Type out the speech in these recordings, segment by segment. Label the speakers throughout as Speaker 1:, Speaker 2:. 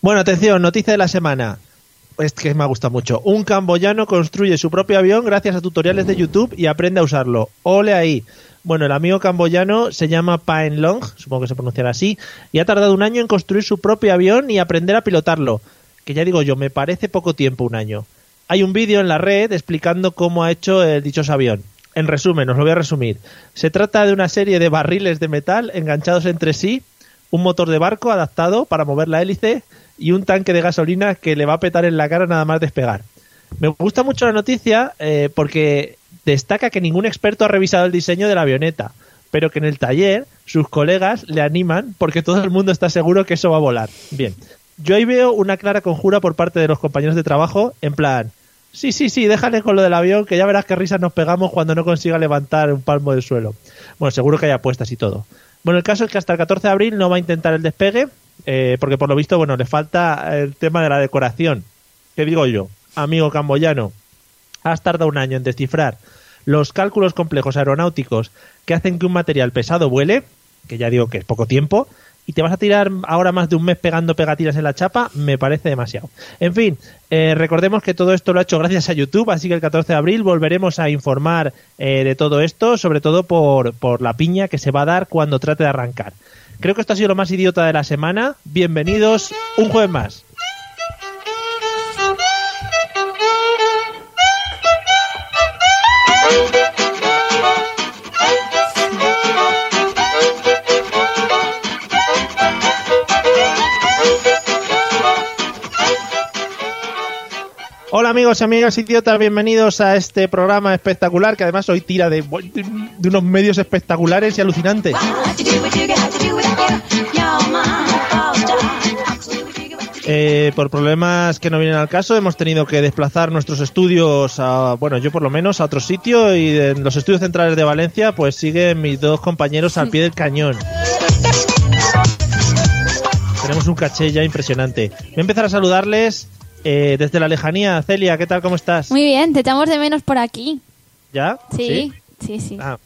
Speaker 1: Bueno, atención, noticia de la semana. Es que me gusta mucho. Un camboyano construye su propio avión gracias a tutoriales de YouTube y aprende a usarlo. Ole ahí. Bueno, el amigo camboyano se llama Paen Long, supongo que se pronunciará así, y ha tardado un año en construir su propio avión y aprender a pilotarlo. Que ya digo yo, me parece poco tiempo un año. Hay un vídeo en la red explicando cómo ha hecho el dichoso avión. En resumen, os lo voy a resumir. Se trata de una serie de barriles de metal enganchados entre sí, un motor de barco adaptado para mover la hélice y un tanque de gasolina que le va a petar en la cara nada más despegar. Me gusta mucho la noticia eh, porque destaca que ningún experto ha revisado el diseño de la avioneta, pero que en el taller sus colegas le animan porque todo el mundo está seguro que eso va a volar. Bien, yo ahí veo una clara conjura por parte de los compañeros de trabajo en plan, sí, sí, sí, déjale con lo del avión que ya verás qué risas nos pegamos cuando no consiga levantar un palmo del suelo. Bueno, seguro que hay apuestas y todo. Bueno, el caso es que hasta el 14 de abril no va a intentar el despegue, eh, porque por lo visto, bueno, le falta el tema de la decoración. ¿Qué digo yo? Amigo camboyano, has tardado un año en descifrar los cálculos complejos aeronáuticos que hacen que un material pesado vuele, que ya digo que es poco tiempo, y te vas a tirar ahora más de un mes pegando pegatinas en la chapa, me parece demasiado. En fin, eh, recordemos que todo esto lo ha hecho gracias a YouTube, así que el 14 de abril volveremos a informar eh, de todo esto, sobre todo por, por la piña que se va a dar cuando trate de arrancar. Creo que esto ha sido lo más idiota de la semana. Bienvenidos un jueves más. Hola amigos y amigas idiotas, bienvenidos a este programa espectacular que además hoy tira de, de unos medios espectaculares y alucinantes. Eh, por problemas que no vienen al caso, hemos tenido que desplazar nuestros estudios a, bueno, yo por lo menos, a otro sitio y en los estudios centrales de Valencia pues siguen mis dos compañeros al pie del cañón. Tenemos un caché ya impresionante. Voy a empezar a saludarles eh, desde la lejanía. Celia, ¿qué tal? ¿Cómo estás?
Speaker 2: Muy bien, te echamos de menos por aquí.
Speaker 1: ¿Ya?
Speaker 2: Sí, sí, sí. sí.
Speaker 1: Ah,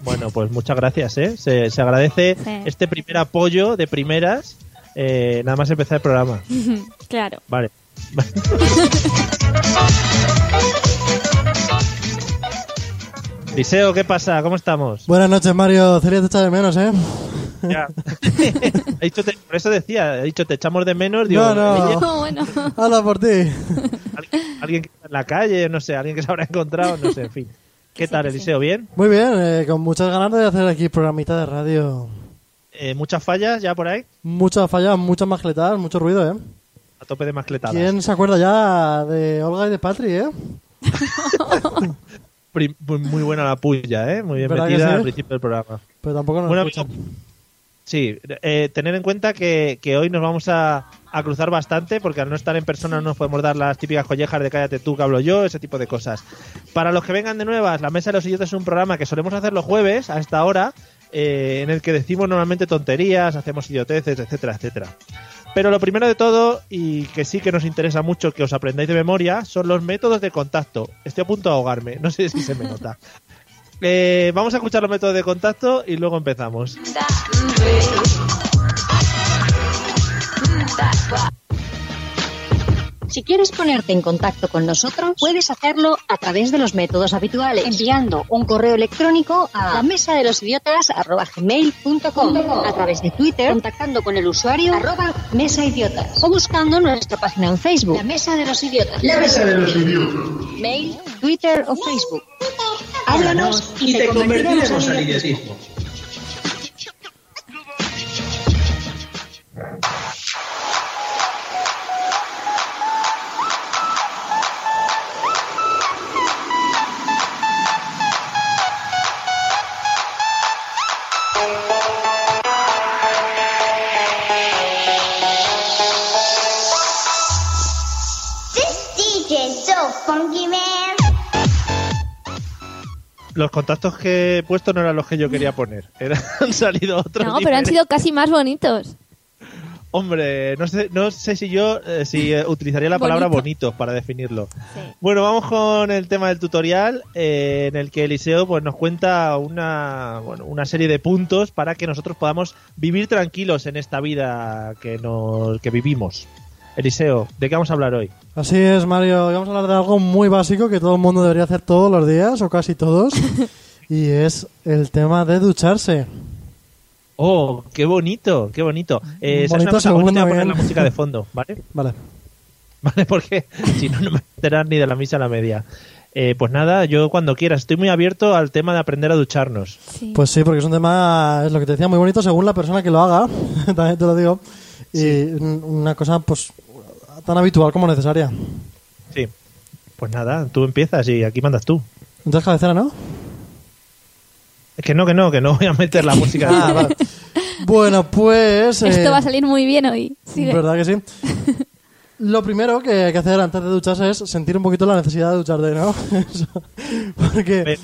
Speaker 1: bueno, pues muchas gracias, ¿eh? Se, se agradece
Speaker 2: Sí.
Speaker 1: este primer apoyo de primeras, eh, nada más empezar el programa.
Speaker 2: claro.
Speaker 1: Vale. Liceo, ¿qué pasa? ¿Cómo estamos?
Speaker 3: Buenas noches, Mario. Celia te echa de menos, ¿eh?
Speaker 1: Ya. He dicho te- por eso decía, he dicho, te echamos de menos. Digo,
Speaker 3: No, no.
Speaker 1: "Oye,
Speaker 2: bueno.
Speaker 3: Habla por ti.
Speaker 1: alguien, alguien que está en la calle, no sé, alguien que se habrá encontrado, no sé, en fin. ¿Qué
Speaker 2: Sí,
Speaker 1: tal,
Speaker 2: que sí.
Speaker 1: Eliseo? ¿Bien?
Speaker 3: Muy bien, eh, con muchas ganas de hacer aquí programita de radio.
Speaker 1: Eh, ¿Muchas fallas ya por ahí?
Speaker 3: Muchas fallas, muchas majletas, mucho ruido, ¿eh?
Speaker 1: A tope de mascletadas.
Speaker 3: ¿Quién se acuerda ya de Olga y de Patri, eh?
Speaker 1: Pri- Muy muy buena la puya, ¿eh? Muy bien
Speaker 3: ¿Verdad que
Speaker 1: metida
Speaker 3: sí?
Speaker 1: al principio del programa.
Speaker 3: Pero tampoco nos
Speaker 1: Bueno,
Speaker 3: escuchan.
Speaker 1: amigo, Sí, eh, tener en cuenta que, que hoy nos vamos a, a cruzar bastante porque al no estar en persona no nos podemos dar las típicas collejas de cállate tú que hablo yo, ese tipo de cosas. Para los que vengan de nuevas, La Mesa de los Idiotas es un programa que solemos hacer los jueves a esta hora eh, en el que decimos normalmente tonterías, hacemos idioteces, etcétera, etcétera. Pero lo primero de todo, y que sí que nos interesa mucho que os aprendáis de memoria, son los métodos de contacto. Estoy a punto de ahogarme, no sé si se me nota. Eh, vamos a escuchar los métodos de contacto y luego empezamos.
Speaker 4: Si quieres ponerte en contacto con nosotros, puedes hacerlo a través de los métodos habituales, enviando un correo electrónico a la mesa de los idiotas a través de Twitter, contactando con el usuario arroba mesa idiotas o buscando nuestra página en Facebook, la mesa de los idiotas. La mesa de los idiotas. Mail, Twitter o Facebook. Háblanos y, te convertiremos en
Speaker 5: Funky Man.
Speaker 1: Los contactos que he puesto no eran los que yo quería poner. Eran, han salido otros.
Speaker 2: No, pero han
Speaker 1: diferentes.
Speaker 2: sido casi más bonitos.
Speaker 1: Hombre, no sé, no sé si yo eh, si eh, utilizaría la palabra bonito para definirlo. Bueno, vamos con el tema del tutorial eh, en el que Eliseo pues, nos cuenta una, bueno, una serie de puntos para que nosotros podamos vivir tranquilos en esta vida que, nos, que vivimos. Eliseo, ¿de qué vamos a hablar hoy?
Speaker 3: Así es, Mario. Hoy vamos a hablar de algo muy básico que todo el mundo debería hacer todos los días, o casi todos, y es el tema de ducharse.
Speaker 1: Oh, qué bonito, qué bonito. Eh,
Speaker 3: Bonito
Speaker 1: Sasha, por favor, te voy a
Speaker 3: segundo,
Speaker 1: poner la
Speaker 3: bien.
Speaker 1: música de fondo, ¿vale?
Speaker 3: Vale.
Speaker 1: ¿vale? Porque si no, no me enteran ni de la misa a la media. Eh, pues nada, yo cuando quieras, estoy muy abierto al tema de aprender a ducharnos.
Speaker 2: Sí.
Speaker 3: Pues sí, porque es un tema, es lo que te decía, muy bonito según la persona que lo haga, también te lo digo. Y un- una cosa, pues, tan habitual como necesaria.
Speaker 1: Sí. Pues nada, tú empiezas y aquí mandas tú.
Speaker 3: Entonces, cabecera, ¿no?
Speaker 1: Es que no, que no, que no voy a meter la música.
Speaker 3: Ah, vale. Bueno, pues... eh,
Speaker 2: Esto va a salir muy bien hoy. Sigue.
Speaker 3: ¿Verdad que sí? Lo primero que hay que hacer antes de ducharse es sentir un poquito la necesidad de ducharte, ¿no? Eso.
Speaker 1: A ver,
Speaker 3: Porque...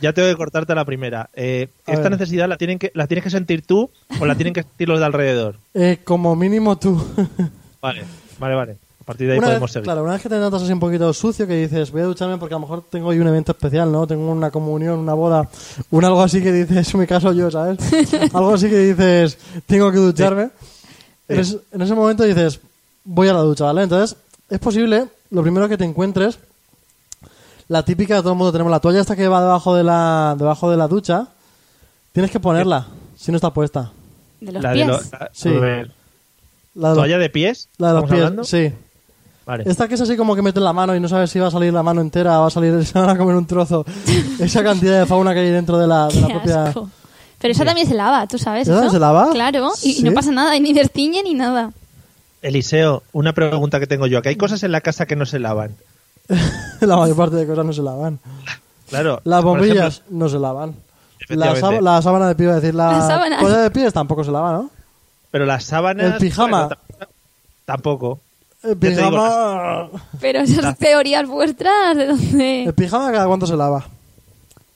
Speaker 1: ya tengo que cortarte la primera. Eh,
Speaker 3: A
Speaker 1: ¿Esta
Speaker 3: ver.
Speaker 1: necesidad la, tienen que, la tienes que sentir tú o la tienen que sentir los de alrededor?
Speaker 3: eh, como mínimo tú.
Speaker 1: Vale, vale, vale. A partir de ahí
Speaker 3: Una
Speaker 1: podemos
Speaker 3: vez,
Speaker 1: seguir.
Speaker 3: claro, una vez que te notas así un poquito sucio, que dices, voy a ducharme porque a lo mejor tengo hoy un evento especial, ¿no? Tengo una comunión, una boda, un algo así que dices, me caso yo, ¿sabes? algo así que dices, tengo que ducharme. En, es- en ese momento dices, voy a la ducha, ¿vale? Entonces, es posible, lo primero que te encuentres, la típica, todo el mundo tenemos la toalla esta que va debajo de la, debajo de la ducha, tienes que ponerla, si no está puesta.
Speaker 2: De los
Speaker 1: La de
Speaker 2: pies.
Speaker 1: lo- la-
Speaker 3: Sí.
Speaker 1: a ver,
Speaker 3: La de los,
Speaker 1: ¿Toalla de pies?
Speaker 3: la de los
Speaker 1: ¿Estamos
Speaker 3: pies,
Speaker 1: hablando?
Speaker 3: sí.
Speaker 1: Vale.
Speaker 3: Esta que es así como que metes la mano y no sabes si va a salir la mano entera o va a salir, se van a comer un trozo. Esa cantidad de fauna que hay dentro de la, de
Speaker 2: Qué
Speaker 3: la propia.
Speaker 2: asco. Pero esa también se lava, ¿tú sabes?
Speaker 3: ¿Esa
Speaker 2: eso?
Speaker 3: se lava?
Speaker 2: Claro, y, y
Speaker 3: Sí.
Speaker 2: no pasa nada, y ni destiñe ni nada.
Speaker 1: Eliseo, una pregunta que tengo yo.
Speaker 3: Mm.
Speaker 1: Aquí hay cosas en la casa que no se lavan.
Speaker 3: La mayor parte de cosas no se lavan.
Speaker 1: Claro.
Speaker 3: Las
Speaker 1: por ejemplo,
Speaker 3: bombillas no se lavan. La,
Speaker 1: Efectivamente.
Speaker 3: sába- la sábana de pies, es decir,
Speaker 2: Las
Speaker 3: la
Speaker 2: sábanas.
Speaker 3: toalla de pies tampoco se lava, ¿no?
Speaker 1: Pero las sábanas.
Speaker 3: El pijama.
Speaker 1: bueno, tam- tampoco.
Speaker 3: El
Speaker 1: te digo,
Speaker 3: pijama.
Speaker 2: Pero esas teorías vuestras, ¿de
Speaker 3: El
Speaker 2: dónde?
Speaker 3: pijama cada cuánto se lava.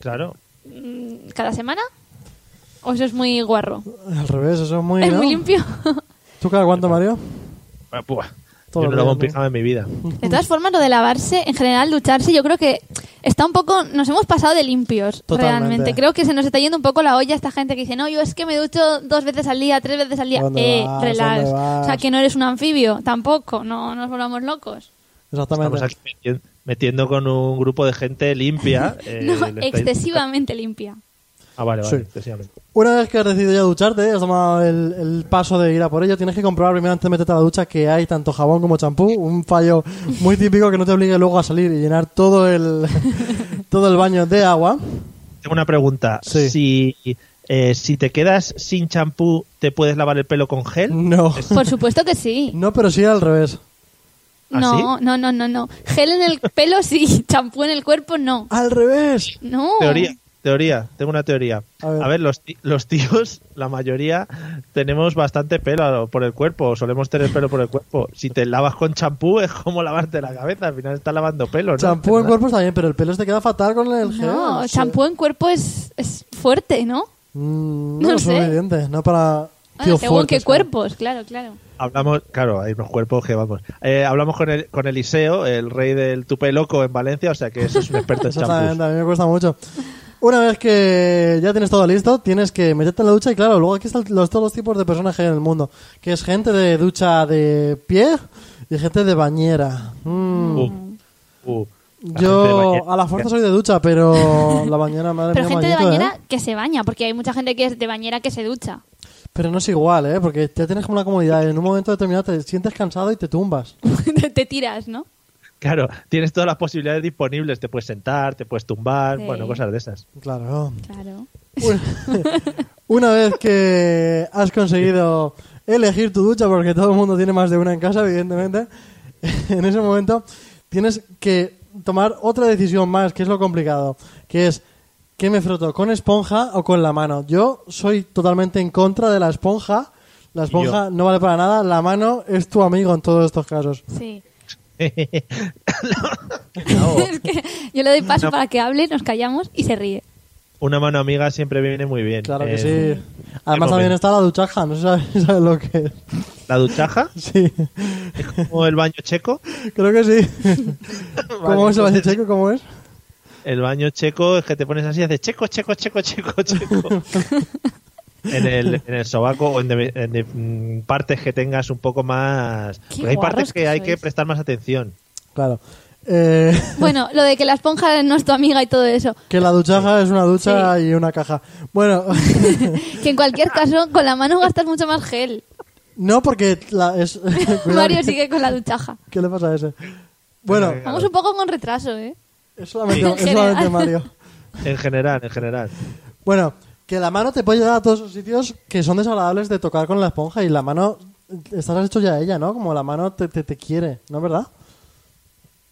Speaker 1: Claro.
Speaker 3: Eh.
Speaker 2: ¿Cada semana? ¿O eso es muy guarro?
Speaker 3: Al revés, eso es muy.
Speaker 2: ¿Es
Speaker 3: ¿no?
Speaker 2: muy limpio?
Speaker 3: ¿Tú cada cuánto, Mario?
Speaker 1: Bueno, pua,
Speaker 3: Todo
Speaker 1: Ah, yo no
Speaker 3: lo
Speaker 1: lavo un
Speaker 3: mismo.
Speaker 1: pijama en mi vida.
Speaker 2: De todas formas, lo de lavarse, en general, ducharse, yo creo que está un poco. Nos hemos pasado de limpios,
Speaker 3: Totalmente.
Speaker 2: realmente. Creo que se nos está yendo un poco la olla esta gente que dice, no, yo es que me ducho dos veces al día, tres veces al día.
Speaker 3: ¿Dónde
Speaker 2: Eh,
Speaker 3: vas?
Speaker 2: relax.
Speaker 3: ¿Dónde vas?
Speaker 2: O sea, que no eres un anfibio, tampoco. No nos volvamos locos.
Speaker 1: Estamos
Speaker 3: Exactamente.
Speaker 1: aquí meti- metiendo con un grupo de gente limpia. eh,
Speaker 2: no,
Speaker 1: le estáis-
Speaker 2: excesivamente limpia.
Speaker 1: Ah, vale, vale.
Speaker 3: Sí.
Speaker 1: excesivamente.
Speaker 3: Una vez que has decidido ya ducharte, has tomado el, el paso de ir a por ello, tienes que comprobar primero antes de meterte a la ducha que hay tanto jabón como champú, un fallo muy típico que no te obligue luego a salir y llenar todo el todo el baño de agua.
Speaker 1: Tengo una pregunta.
Speaker 3: Sí.
Speaker 1: Si, eh, si te quedas sin champú, ¿te puedes lavar el pelo con gel?
Speaker 3: No,
Speaker 2: Por supuesto que sí.
Speaker 3: no, pero sí al revés.
Speaker 1: ¿Ah,
Speaker 2: No, no, no, no, no. Gel en el pelo sí, champú en el cuerpo no.
Speaker 3: Al revés.
Speaker 2: No.
Speaker 1: Teoría. Teoría, tengo una teoría. A
Speaker 3: A
Speaker 1: ver,
Speaker 3: ver.
Speaker 1: los, ti- los tíos, la mayoría, tenemos bastante pelo por el cuerpo, solemos tener pelo por el cuerpo. Si te lavas con champú es como lavarte la cabeza, al final estás lavando pelo, ¿no?
Speaker 3: Champú en cuerpo está bien, pero el pelo se te queda fatal con el gel.
Speaker 2: No,
Speaker 3: Sí.
Speaker 2: champú en cuerpo es, es fuerte, ¿no?
Speaker 3: Mm,
Speaker 2: No
Speaker 3: no,
Speaker 2: lo
Speaker 3: es
Speaker 2: sé.
Speaker 3: suficiente, no para
Speaker 2: Ah,
Speaker 3: tíos
Speaker 2: según
Speaker 3: fuertes,
Speaker 2: qué cuerpos, claro, claro.
Speaker 1: Hablamos, claro, hay unos cuerpos que vamos. Eh, hablamos con, el, con Eliseo, el rey del tupé loco en Valencia, o sea que eso es un experto en
Speaker 3: Exactamente,
Speaker 1: champús.
Speaker 3: a mí me cuesta mucho. Una vez que ya tienes todo listo, tienes que meterte en la ducha y claro, luego aquí están los, todos los tipos de personas que hay en el mundo, que es gente de ducha de pie y gente de bañera. Mm,
Speaker 1: Uh, uh, la gente de
Speaker 3: yo
Speaker 1: bañera.
Speaker 3: a la fuerza soy de ducha, pero la bañera, madre
Speaker 2: Pero
Speaker 3: mía,
Speaker 2: gente de
Speaker 3: bañito, ¿eh?
Speaker 2: bañera que se baña, porque hay mucha gente que es de bañera que se ducha.
Speaker 3: Pero no es igual, ¿eh? Porque ya tienes como una comodidad y en un momento determinado te sientes cansado y te tumbas.
Speaker 2: Te- te tiras, ¿no?
Speaker 1: Claro, tienes todas las posibilidades disponibles, te puedes sentar, te puedes tumbar,
Speaker 2: Sí.
Speaker 1: bueno, cosas de esas.
Speaker 3: Claro.
Speaker 2: Claro.
Speaker 3: Una- Una vez que has conseguido elegir tu ducha, porque todo el mundo tiene más de una en casa, evidentemente, en ese momento tienes que tomar otra decisión más, que es lo complicado, que es ¿qué me froto? ¿Con esponja o con la mano? Yo soy totalmente en contra de la esponja. La esponja no vale para nada, la mano es tu amigo en todos estos casos.
Speaker 2: Sí.
Speaker 3: Oh.
Speaker 2: Es que yo le doy paso para que hable, nos callamos y se ríe.
Speaker 1: Una mano amiga siempre viene muy bien.
Speaker 3: Claro que
Speaker 1: Eh,
Speaker 3: sí.
Speaker 1: momento.
Speaker 3: Además también está la duchaja, no sé si sabes- sabes lo que es.
Speaker 1: ¿La duchaja?
Speaker 3: Sí,
Speaker 1: ¿O el baño checo?
Speaker 3: creo que sí. ¿Cómo
Speaker 1: Vale,
Speaker 3: es
Speaker 1: entonces,
Speaker 3: el baño checo? ¿Cómo es?
Speaker 1: El baño checo es que te pones así, haces checo, checo, checo, checo, checo. en, el, en el sobaco o en, de- en de- mm, partes que tengas un poco más...
Speaker 2: Qué
Speaker 1: porque hay
Speaker 2: guarros
Speaker 1: partes que
Speaker 2: que
Speaker 1: hay
Speaker 2: sois.
Speaker 1: que prestar más atención.
Speaker 3: Claro. Eh,
Speaker 2: Bueno, lo de que la esponja no es tu amiga y todo eso.
Speaker 3: que la duchaja es una ducha y una caja. Bueno,
Speaker 2: Que en cualquier caso, con la mano gastas mucho más gel.
Speaker 3: no porque la, es... cuidado,
Speaker 2: Mario
Speaker 3: que-
Speaker 2: sigue con la duchaja.
Speaker 3: ¿Qué le pasa a ese? Bueno,
Speaker 1: Venga.
Speaker 2: Vamos un poco con retraso, ¿eh?
Speaker 3: es solamente,
Speaker 2: Sí.
Speaker 3: es solamente
Speaker 2: General.
Speaker 3: Mario.
Speaker 1: En general, en general.
Speaker 3: Bueno, que la mano te puede llegar a todos esos sitios que son desagradables de tocar con la esponja y la mano... Estás hecho ya a ella, ¿no? Como la mano te, te, te quiere, ¿no es verdad?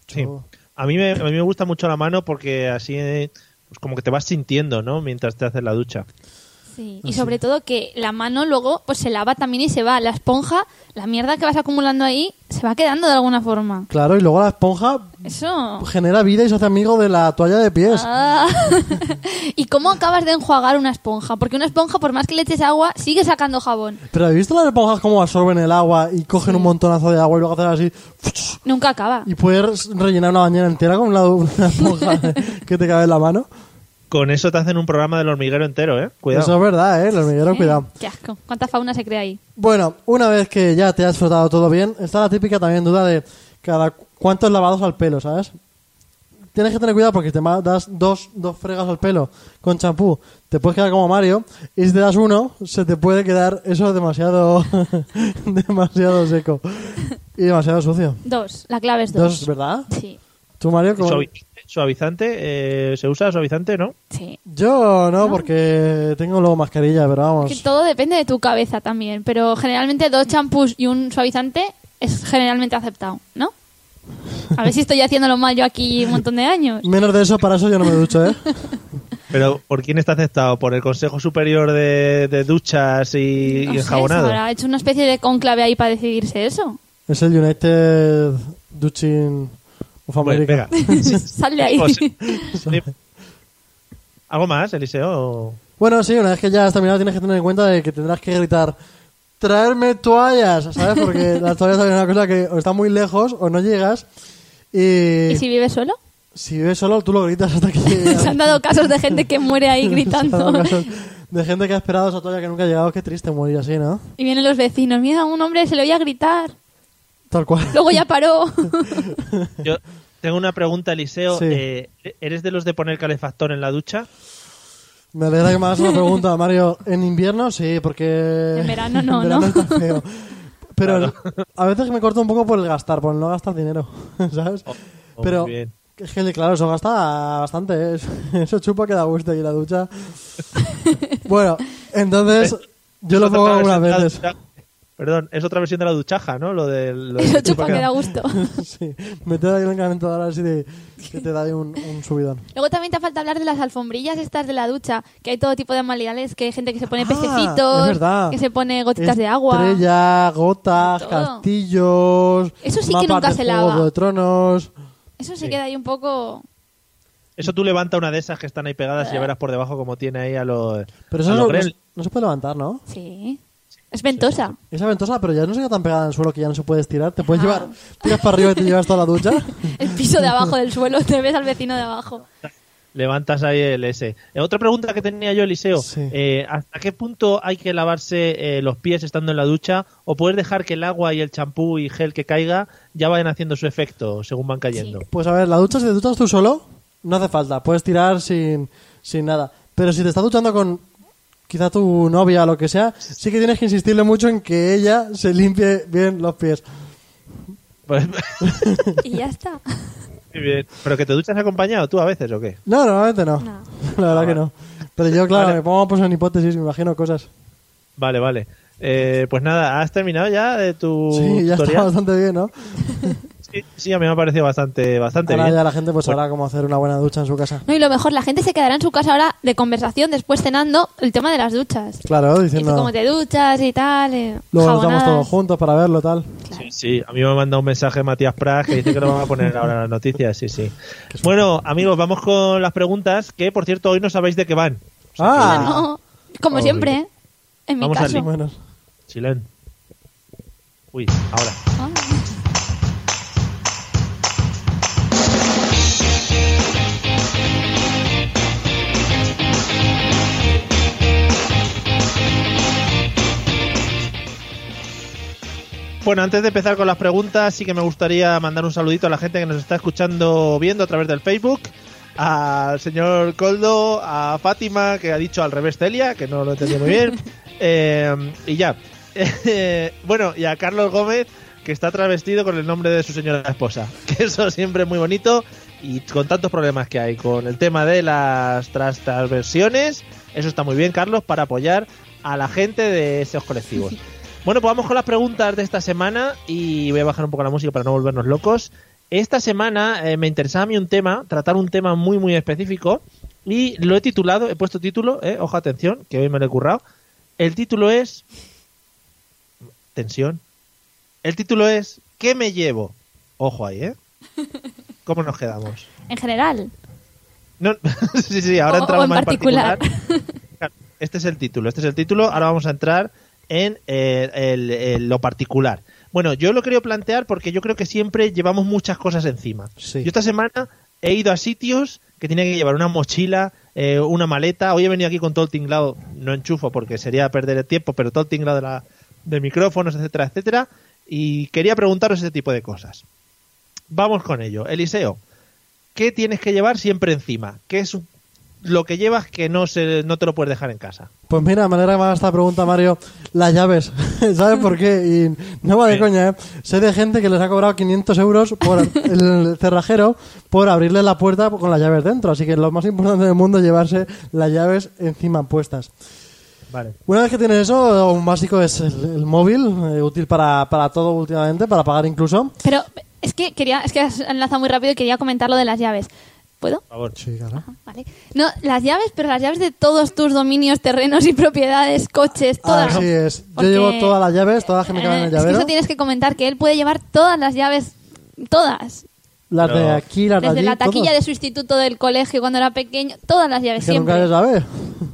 Speaker 1: Sí.
Speaker 3: Oh.
Speaker 1: A mí, me, a mí me gusta mucho la mano porque así eh, pues como que te vas sintiendo, ¿no? Mientras te haces la ducha.
Speaker 2: Sí. Y sobre todo que la mano luego pues se lava también y se va. La esponja, la mierda que vas acumulando ahí, se va quedando de alguna forma.
Speaker 3: Claro, y luego la esponja
Speaker 2: Eso.
Speaker 3: genera vida y se hace amigo de la toalla de pies.
Speaker 2: Ah. ¿Y cómo acabas de enjuagar una esponja? Porque una esponja, por más que le eches agua, sigue sacando jabón.
Speaker 3: Pero ¿habéis visto las esponjas cómo absorben el agua y cogen un montonazo de agua y luego hacen así
Speaker 2: Nunca acaba.
Speaker 3: y puedes rellenar una bañera entera con una, una esponja que te cabe en la mano?
Speaker 1: Con eso te hacen un programa del hormiguero entero, ¿eh? Cuidado.
Speaker 3: Eso es verdad, ¿eh? El hormiguero,
Speaker 2: Eh,
Speaker 3: cuidado.
Speaker 2: Qué asco. ¿Cuánta fauna se crea ahí?
Speaker 3: Bueno, una vez que ya te has frotado todo bien, está la típica también duda de cada cu- cuántos lavados al pelo, ¿sabes? Tienes que tener cuidado porque si te ma- das dos, dos fregas al pelo con champú, te puedes quedar como Mario, y si te das uno, se te puede quedar eso demasiado, demasiado seco y demasiado sucio.
Speaker 2: Dos. La clave es
Speaker 3: Dos,
Speaker 2: dos.
Speaker 3: ¿verdad?
Speaker 2: Sí.
Speaker 3: ¿Tú, Mario? cómo-
Speaker 1: Suavizante, suavizante, eh, ¿se usa suavizante, no?
Speaker 2: Sí.
Speaker 3: Yo no, porque tengo luego mascarilla, pero
Speaker 2: Que
Speaker 3: vamos.
Speaker 2: todo depende de tu cabeza también. Pero generalmente dos champús y un suavizante es generalmente aceptado, ¿no? A ver si estoy haciéndolo mal yo aquí un montón de años.
Speaker 3: Menos de eso, para eso yo no me ducho, ¿eh?
Speaker 1: Pero ¿por quién está aceptado? ¿Por el Consejo Superior de, de Duchas y, y
Speaker 2: No sé,
Speaker 1: Enjabonado?
Speaker 2: se habrá hecho una especie de conclave ahí para decidirse eso.
Speaker 3: Es el United Duching of
Speaker 1: Bueno,
Speaker 3: America.
Speaker 1: Pues, venga. Sí,
Speaker 2: Sal de ahí.
Speaker 1: o sea, sí. ¿Algo más, Eliseo?
Speaker 3: Bueno, sí, una vez que ya has terminado tienes que tener en cuenta de que tendrás que gritar traerme toallas, ¿sabes? Porque las toallas también es una cosa que o está muy lejos o no llegas y,
Speaker 2: ¿Y si vive solo?
Speaker 3: si vives solo tú lo gritas hasta que llegas.
Speaker 2: Se han dado casos de gente que muere ahí gritando.
Speaker 3: De gente que ha esperado esa toalla que nunca ha llegado, qué triste morir así, ¿no?
Speaker 2: Y vienen los vecinos. Mira, un hombre se le oía gritar.
Speaker 3: Tal cual.
Speaker 2: Luego ya paró.
Speaker 1: Yo tengo una pregunta, Eliseo.
Speaker 3: Sí.
Speaker 1: Eh, ¿Eres de los de poner calefactor en la ducha?
Speaker 3: Me alegra que me hagas una pregunta, Mario. En invierno sí, porque...
Speaker 2: En verano no,
Speaker 3: en verano
Speaker 2: ¿no?
Speaker 3: está feo. Pero a veces me corto un poco por el gastar, por el no gastar dinero, ¿sabes?
Speaker 1: oh,
Speaker 3: Pero
Speaker 1: muy bien.
Speaker 3: es que, claro, eso gasta bastante, ¿eh? Eso chupa que da gusto y la ducha. bueno, entonces yo lo
Speaker 1: Es otra
Speaker 3: pongo
Speaker 1: versión
Speaker 3: algunas
Speaker 1: de la
Speaker 3: veces.
Speaker 1: ducha- Perdón, es otra versión de la duchaja, ¿no? Lo del... lo
Speaker 2: Eso
Speaker 1: del-
Speaker 2: chupa que da gusto.
Speaker 3: sí, meter ahí en el calentador así de, que te da ahí un, un subidón.
Speaker 2: Luego también te falta hablar de las alfombrillas estas de la ducha, que hay todo tipo de amalidades, que hay gente que se pone
Speaker 3: Ah, es
Speaker 2: pececitos,
Speaker 3: verdad.
Speaker 2: que se pone gotitas de agua.
Speaker 3: Estrella, gotas,
Speaker 2: Todo.
Speaker 3: castillos.
Speaker 2: Eso sí que
Speaker 3: mapas
Speaker 2: nunca
Speaker 3: de
Speaker 2: se
Speaker 3: Juego
Speaker 2: lava.
Speaker 3: de tronos.
Speaker 2: Eso se queda ahí un poco...
Speaker 1: Eso tú levanta una de esas que están ahí
Speaker 2: Eh.
Speaker 1: pegadas y ya verás por debajo como tiene ahí a los...
Speaker 3: Pero eso
Speaker 1: a
Speaker 3: no,
Speaker 1: los
Speaker 3: no
Speaker 1: Gremlins.
Speaker 3: se- no se puede levantar, ¿no?
Speaker 2: Sí. Es ventosa.
Speaker 3: Esa ventosa, pero ya no se queda tan pegada en el suelo que ya no se puede estirar. Te puedes llevar, tiras para arriba y te llevas toda la ducha.
Speaker 2: El piso de abajo del suelo, te ves al vecino de abajo.
Speaker 1: Levantas ahí el S. Eh, otra pregunta que tenía yo, Eliseo.
Speaker 3: Sí.
Speaker 1: Eh, ¿Hasta qué punto hay que lavarse eh, los pies estando en la ducha? ¿O puedes dejar que el agua y el champú y gel que caiga ya vayan haciendo su efecto según van cayendo?
Speaker 3: Pues a ver, la ducha, si te duchas tú solo, no hace falta. Puedes tirar sin, sin nada. Pero si te estás duchando con quizá tu novia o lo que sea, sí que tienes que insistirle mucho en que ella se limpie bien los pies.
Speaker 1: Pues,
Speaker 2: Y ya está.
Speaker 1: muy bien. ¿Pero que te duchas acompañado tú a veces o qué?
Speaker 3: No, normalmente no.
Speaker 2: No.
Speaker 3: La verdad que no. Pero yo, claro, me pongo pues, en hipótesis, me imagino cosas.
Speaker 1: Vale, vale. Eh, pues nada, ¿has terminado ya de tu
Speaker 3: Sí, ya está
Speaker 1: tutorial?
Speaker 3: bastante bien, ¿no?
Speaker 1: Sí, sí, a mí me ha parecido bastante, bastante
Speaker 3: Ahora
Speaker 1: bien.
Speaker 3: ya la gente pues sabrá cómo hacer una buena ducha en su casa.
Speaker 2: No, y lo mejor, la gente se quedará en su casa ahora de conversación, después cenando, el tema de las duchas.
Speaker 3: Claro,
Speaker 2: Y tú
Speaker 3: diciendo...
Speaker 2: cómo te duchas y tal. eh,
Speaker 3: Luego nos vamos
Speaker 2: jabonadas.
Speaker 3: todos juntos para verlo, tal.
Speaker 1: Sí, sí, a mí me ha mandado un mensaje Matías Pras que dice que lo van a poner ahora en las noticias, sí, sí. Bueno, amigos, vamos con las preguntas, que por cierto hoy no sabéis de qué van.
Speaker 3: ¡Ah!
Speaker 2: No, como
Speaker 1: Horrible.
Speaker 2: siempre, ¿eh? En mi
Speaker 1: Vamos al
Speaker 3: Más o
Speaker 2: caso.
Speaker 3: menos.
Speaker 1: Chilen. Uy, ahora.
Speaker 2: Ah.
Speaker 1: Bueno, antes de empezar con las preguntas, sí que me gustaría mandar un saludito a la gente que nos está escuchando o viendo a través del Facebook. Al señor Coldo, a Fátima, que ha dicho al revés Celia, que no lo entendí muy bien. Eh, y ya. Eh, bueno, y a Carlos Gómez, que está travestido con el nombre de su señora esposa. Que eso siempre es muy bonito. Y con tantos problemas que hay con el tema de las tras- transversiones, eso está muy bien, Carlos, para apoyar a la gente de esos colectivos. Bueno, pues vamos con las preguntas de esta semana y voy a bajar un poco la música para no volvernos locos. Esta semana eh, me interesaba a mí un tema, tratar un tema muy muy específico y lo he titulado, he puesto título, eh, ojo atención, que hoy me lo he currado. El título es... Tensión. El título es ¿Qué me llevo? Ojo ahí, ¿eh? ¿Cómo nos quedamos?
Speaker 2: En general.
Speaker 1: No, sí, sí, ahora
Speaker 2: O- o
Speaker 1: entramos
Speaker 2: en
Speaker 1: más
Speaker 2: particular.
Speaker 1: en particular. Claro, Este es el título, este es el título. Ahora vamos a entrar en eh, el- el- lo particular. Bueno, yo lo quería plantear porque yo creo que siempre llevamos muchas cosas encima.
Speaker 3: Sí.
Speaker 1: Yo esta semana he ido a sitios que tenía que llevar una mochila, eh, una maleta. Hoy he venido aquí con todo el tinglado, no enchufo porque sería perder el tiempo, pero todo el tinglado de, la- de micrófonos, etcétera, etcétera. Y quería preguntaros ese tipo de cosas. Vamos con ello. Eliseo, ¿qué tienes que llevar siempre encima? ¿Qué es lo que llevas que no, se, no te lo puedes dejar en casa?
Speaker 3: Pues mira, de manera que me haga esta pregunta, Mario, las llaves. ¿Sabes por qué? Y no va de coña, ¿eh? Sé de gente que les ha cobrado 500 euros por el cerrajero por abrirle la puerta con las llaves dentro. Así que lo más importante del mundo es llevarse las llaves encima puestas.
Speaker 1: Vale.
Speaker 3: Una vez que tienes eso, un básico es el, el móvil, eh, útil para, para todo últimamente, para pagar incluso.
Speaker 2: Pero es que quería, es que has enlazado muy rápido y quería comentar lo de las llaves. ¿Puedo?
Speaker 1: Por favor.
Speaker 3: Sí, claro.
Speaker 2: Vale. No, las llaves, pero las llaves de todos tus dominios, terrenos y propiedades, coches, todas.
Speaker 3: Ah, Así es. Yo
Speaker 2: Porque,
Speaker 3: llevo todas las llaves, todas las que me caben
Speaker 2: eh,
Speaker 3: en el
Speaker 2: es que
Speaker 3: llavero.
Speaker 2: eso tienes que comentar, que él puede llevar todas las llaves, todas.
Speaker 3: Las de
Speaker 1: Pero-
Speaker 3: aquí, las de
Speaker 2: Desde
Speaker 3: allí,
Speaker 2: la taquilla
Speaker 3: todas.
Speaker 2: de su instituto del colegio cuando era pequeño, todas las llaves
Speaker 3: Que
Speaker 2: siempre.
Speaker 3: nunca se sabe.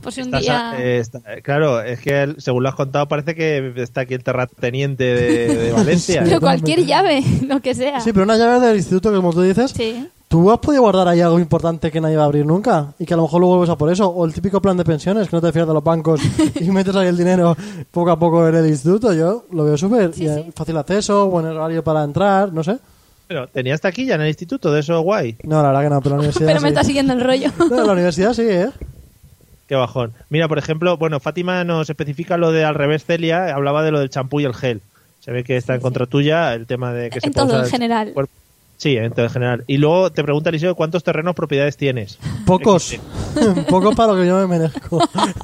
Speaker 2: Por si un
Speaker 1: Estás
Speaker 2: día...
Speaker 1: a- eh, está- eh, claro, es que él, según lo has contado parece que está aquí el terrateniente de, de Valencia. ¿eh?
Speaker 2: pero
Speaker 3: Sí.
Speaker 2: cualquier llave, lo que sea.
Speaker 3: Sí, pero unas llaves del instituto, que como tú dices,
Speaker 2: Sí.
Speaker 3: ¿Tú has podido guardar ahí algo importante que nadie va a abrir nunca? Y que a lo mejor luego vuelves a por eso. O el típico plan de pensiones, que no te fías de los bancos y metes ahí el dinero poco a poco en el instituto. Yo lo veo súper. Y, eh, Fácil acceso, buen horario para entrar, no sé.
Speaker 1: Pero, ¿Tenías taquilla en el instituto de eso guay?
Speaker 3: No, la verdad que no, pero la universidad
Speaker 2: Pero me está
Speaker 3: sí.
Speaker 2: siguiendo el rollo.
Speaker 3: No, la universidad sí, ¿eh?
Speaker 1: Qué bajón. Mira, por ejemplo, bueno, Fátima nos especifica lo de al revés Celia, eh, hablaba de lo del champú y el gel. Se ve que está en contra tuya el tema de que se
Speaker 2: En
Speaker 1: puede
Speaker 2: todo,
Speaker 1: usar
Speaker 2: en general.
Speaker 1: el cuerpo. Sí, en todo en general. Y luego te pregunta Eliseo cuántos terrenos propiedades tienes.
Speaker 3: Pocos. Pocos para lo que yo me merezco.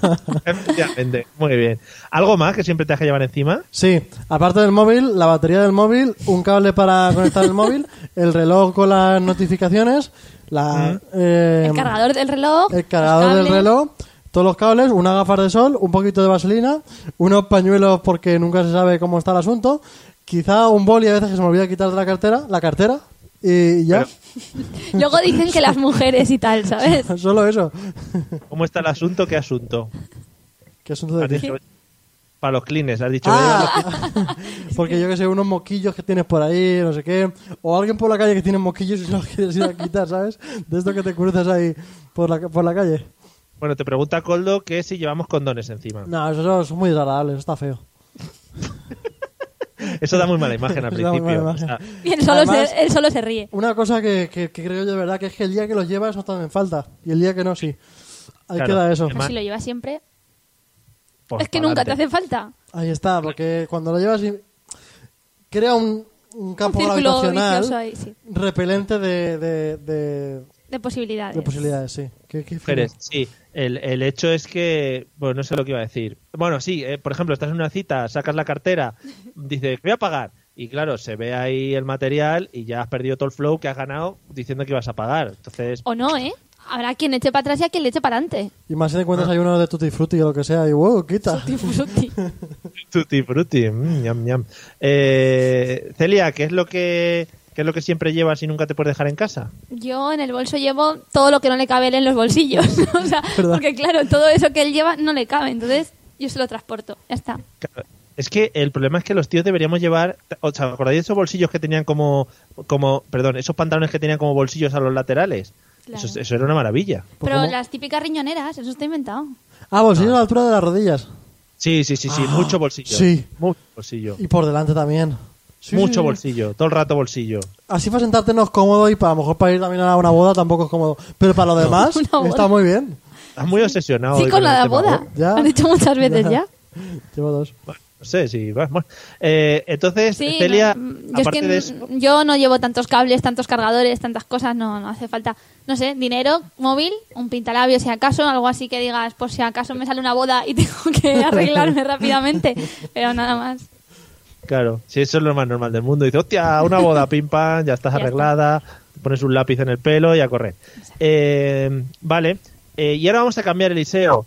Speaker 1: Efectivamente. Muy bien. ¿Algo más que siempre te has que llevar encima?
Speaker 3: Sí, aparte del móvil, la batería del móvil, un cable para conectar el móvil, el reloj con las notificaciones, la... eh,
Speaker 2: El cargador del reloj.
Speaker 3: El cargador
Speaker 2: los
Speaker 3: del
Speaker 2: cables.
Speaker 3: reloj, todos los cables, una gafas de sol, un poquito de vaselina, unos pañuelos porque nunca se sabe cómo está el asunto, quizá un boli a veces que se me olvida quitar de la cartera, la cartera, y ya,
Speaker 2: Luego dicen que las mujeres y tal, ¿sabes?
Speaker 3: solo eso.
Speaker 1: ¿Cómo está el asunto? ¿Qué asunto?
Speaker 3: ¿Qué asunto
Speaker 1: Has
Speaker 3: de
Speaker 1: dicho- para los clines, has dicho.
Speaker 3: Pues Ah, porque yo que sé, unos moquillos que tienes por ahí, no sé qué, o alguien por la calle que tiene moquillos y se los quieres ir a quitar, ¿sabes? De esto que te cruzas ahí por la, por la calle.
Speaker 1: Bueno, te pregunta Coldo que si llevamos condones encima.
Speaker 3: No, eso, eso es muy desagradable, eso está feo.
Speaker 1: Eso da muy mala imagen al
Speaker 3: Eso da muy
Speaker 1: principio.
Speaker 3: mala
Speaker 1: O sea,
Speaker 3: imagen.
Speaker 2: Y él solo,
Speaker 3: Además-
Speaker 2: se, él solo se ríe.
Speaker 3: Una cosa que, que- que creo yo de verdad que es que el día que los llevas no te hacen falta y el día que no sí. Ahí
Speaker 1: Claro.
Speaker 3: queda eso.
Speaker 2: Pero si lo llevas siempre...
Speaker 1: por
Speaker 2: Es que nunca te
Speaker 1: pa'lante.
Speaker 2: hace falta.
Speaker 3: Ahí está, porque cuando lo llevas y- crea un, un campo
Speaker 2: Un círculo vicioso
Speaker 3: gravitacional
Speaker 2: ahí, sí.
Speaker 3: repelente de, de, de-
Speaker 2: De
Speaker 3: de
Speaker 2: posibilidades.
Speaker 3: posibilidades, sí. Qué- qué fino.
Speaker 1: Mujeres, sí. El, el hecho es que, bueno, no sé lo que iba a decir. Bueno, sí, eh, por ejemplo, estás en una cita, sacas la cartera, dices, voy a pagar. Y claro, se ve ahí el material y ya has perdido todo el flow que has ganado diciendo que ibas a pagar. Entonces,
Speaker 2: O no, ¿eh? Habrá quien eche para atrás y a quien le eche para adelante.
Speaker 3: Y más si te encuentras ahí uno de Tutti Frutti o lo que sea, y wow, quita.
Speaker 2: Tutti frutti.
Speaker 1: tutti frutti, mm, ñam, ñam. Eh, Celia, ¿qué es lo que qué es lo que siempre llevas y nunca te puedes dejar en casa?
Speaker 2: Yo en el bolso llevo todo lo que no le cabe a él en los bolsillos. o sea,
Speaker 3: ¿Verdad?
Speaker 2: porque claro, todo eso que él lleva no le cabe. Entonces yo se lo transporto. Ya está.
Speaker 3: Pues
Speaker 1: Claro, Es que el problema es que los tíos deberíamos llevar, o sea, ¿acordáis de esos bolsillos que tenían como como, perdón, esos pantalones que tenían como bolsillos a los laterales?
Speaker 2: Claro.
Speaker 1: Eso, eso era una maravilla.
Speaker 2: Pero
Speaker 3: cómo?
Speaker 2: las típicas riñoneras, eso está inventado.
Speaker 3: Ah, bolsillo a la altura de las rodillas.
Speaker 1: Sí, sí, sí, sí, mucho bolsillo.
Speaker 3: Ah, sí.
Speaker 1: Mucho bolsillo.
Speaker 3: Y por delante también. Sí, sí,
Speaker 1: mucho
Speaker 3: sí.
Speaker 1: bolsillo, todo el rato bolsillo.
Speaker 3: Así para sentarte no es cómodo y para a lo mejor para ir también a una boda tampoco es cómodo. Pero para lo demás
Speaker 2: Una boda.
Speaker 3: está muy bien.
Speaker 1: Estás muy obsesionado.
Speaker 2: sí,
Speaker 1: Ah, hoy
Speaker 2: con la
Speaker 1: el
Speaker 2: de
Speaker 1: tema Oh,
Speaker 2: boda.
Speaker 1: boda.
Speaker 3: Ya.
Speaker 2: Han dicho muchas veces ya.
Speaker 3: Llevo dos.
Speaker 1: No sé si vas. bueno. Eh, entonces,
Speaker 2: Sí,
Speaker 1: Celia,
Speaker 2: no, mm, yo, es
Speaker 1: aparte
Speaker 2: que
Speaker 1: de
Speaker 2: n-
Speaker 1: eso,
Speaker 2: yo no llevo tantos cables, tantos cargadores, tantas cosas, no, no hace falta, no sé, dinero, móvil, un pintalabios si acaso, algo así que digas, por si acaso me sale una boda y tengo que arreglarme rápidamente, pero nada más.
Speaker 1: claro, si eso es lo más normal del mundo. Dice, hostia, una boda, pim pam, ya estás
Speaker 2: Ya está.
Speaker 1: arreglada, te pones un lápiz en el pelo y a correr. Eh, vale, Eh, y ahora vamos a cambiar, Eliseo.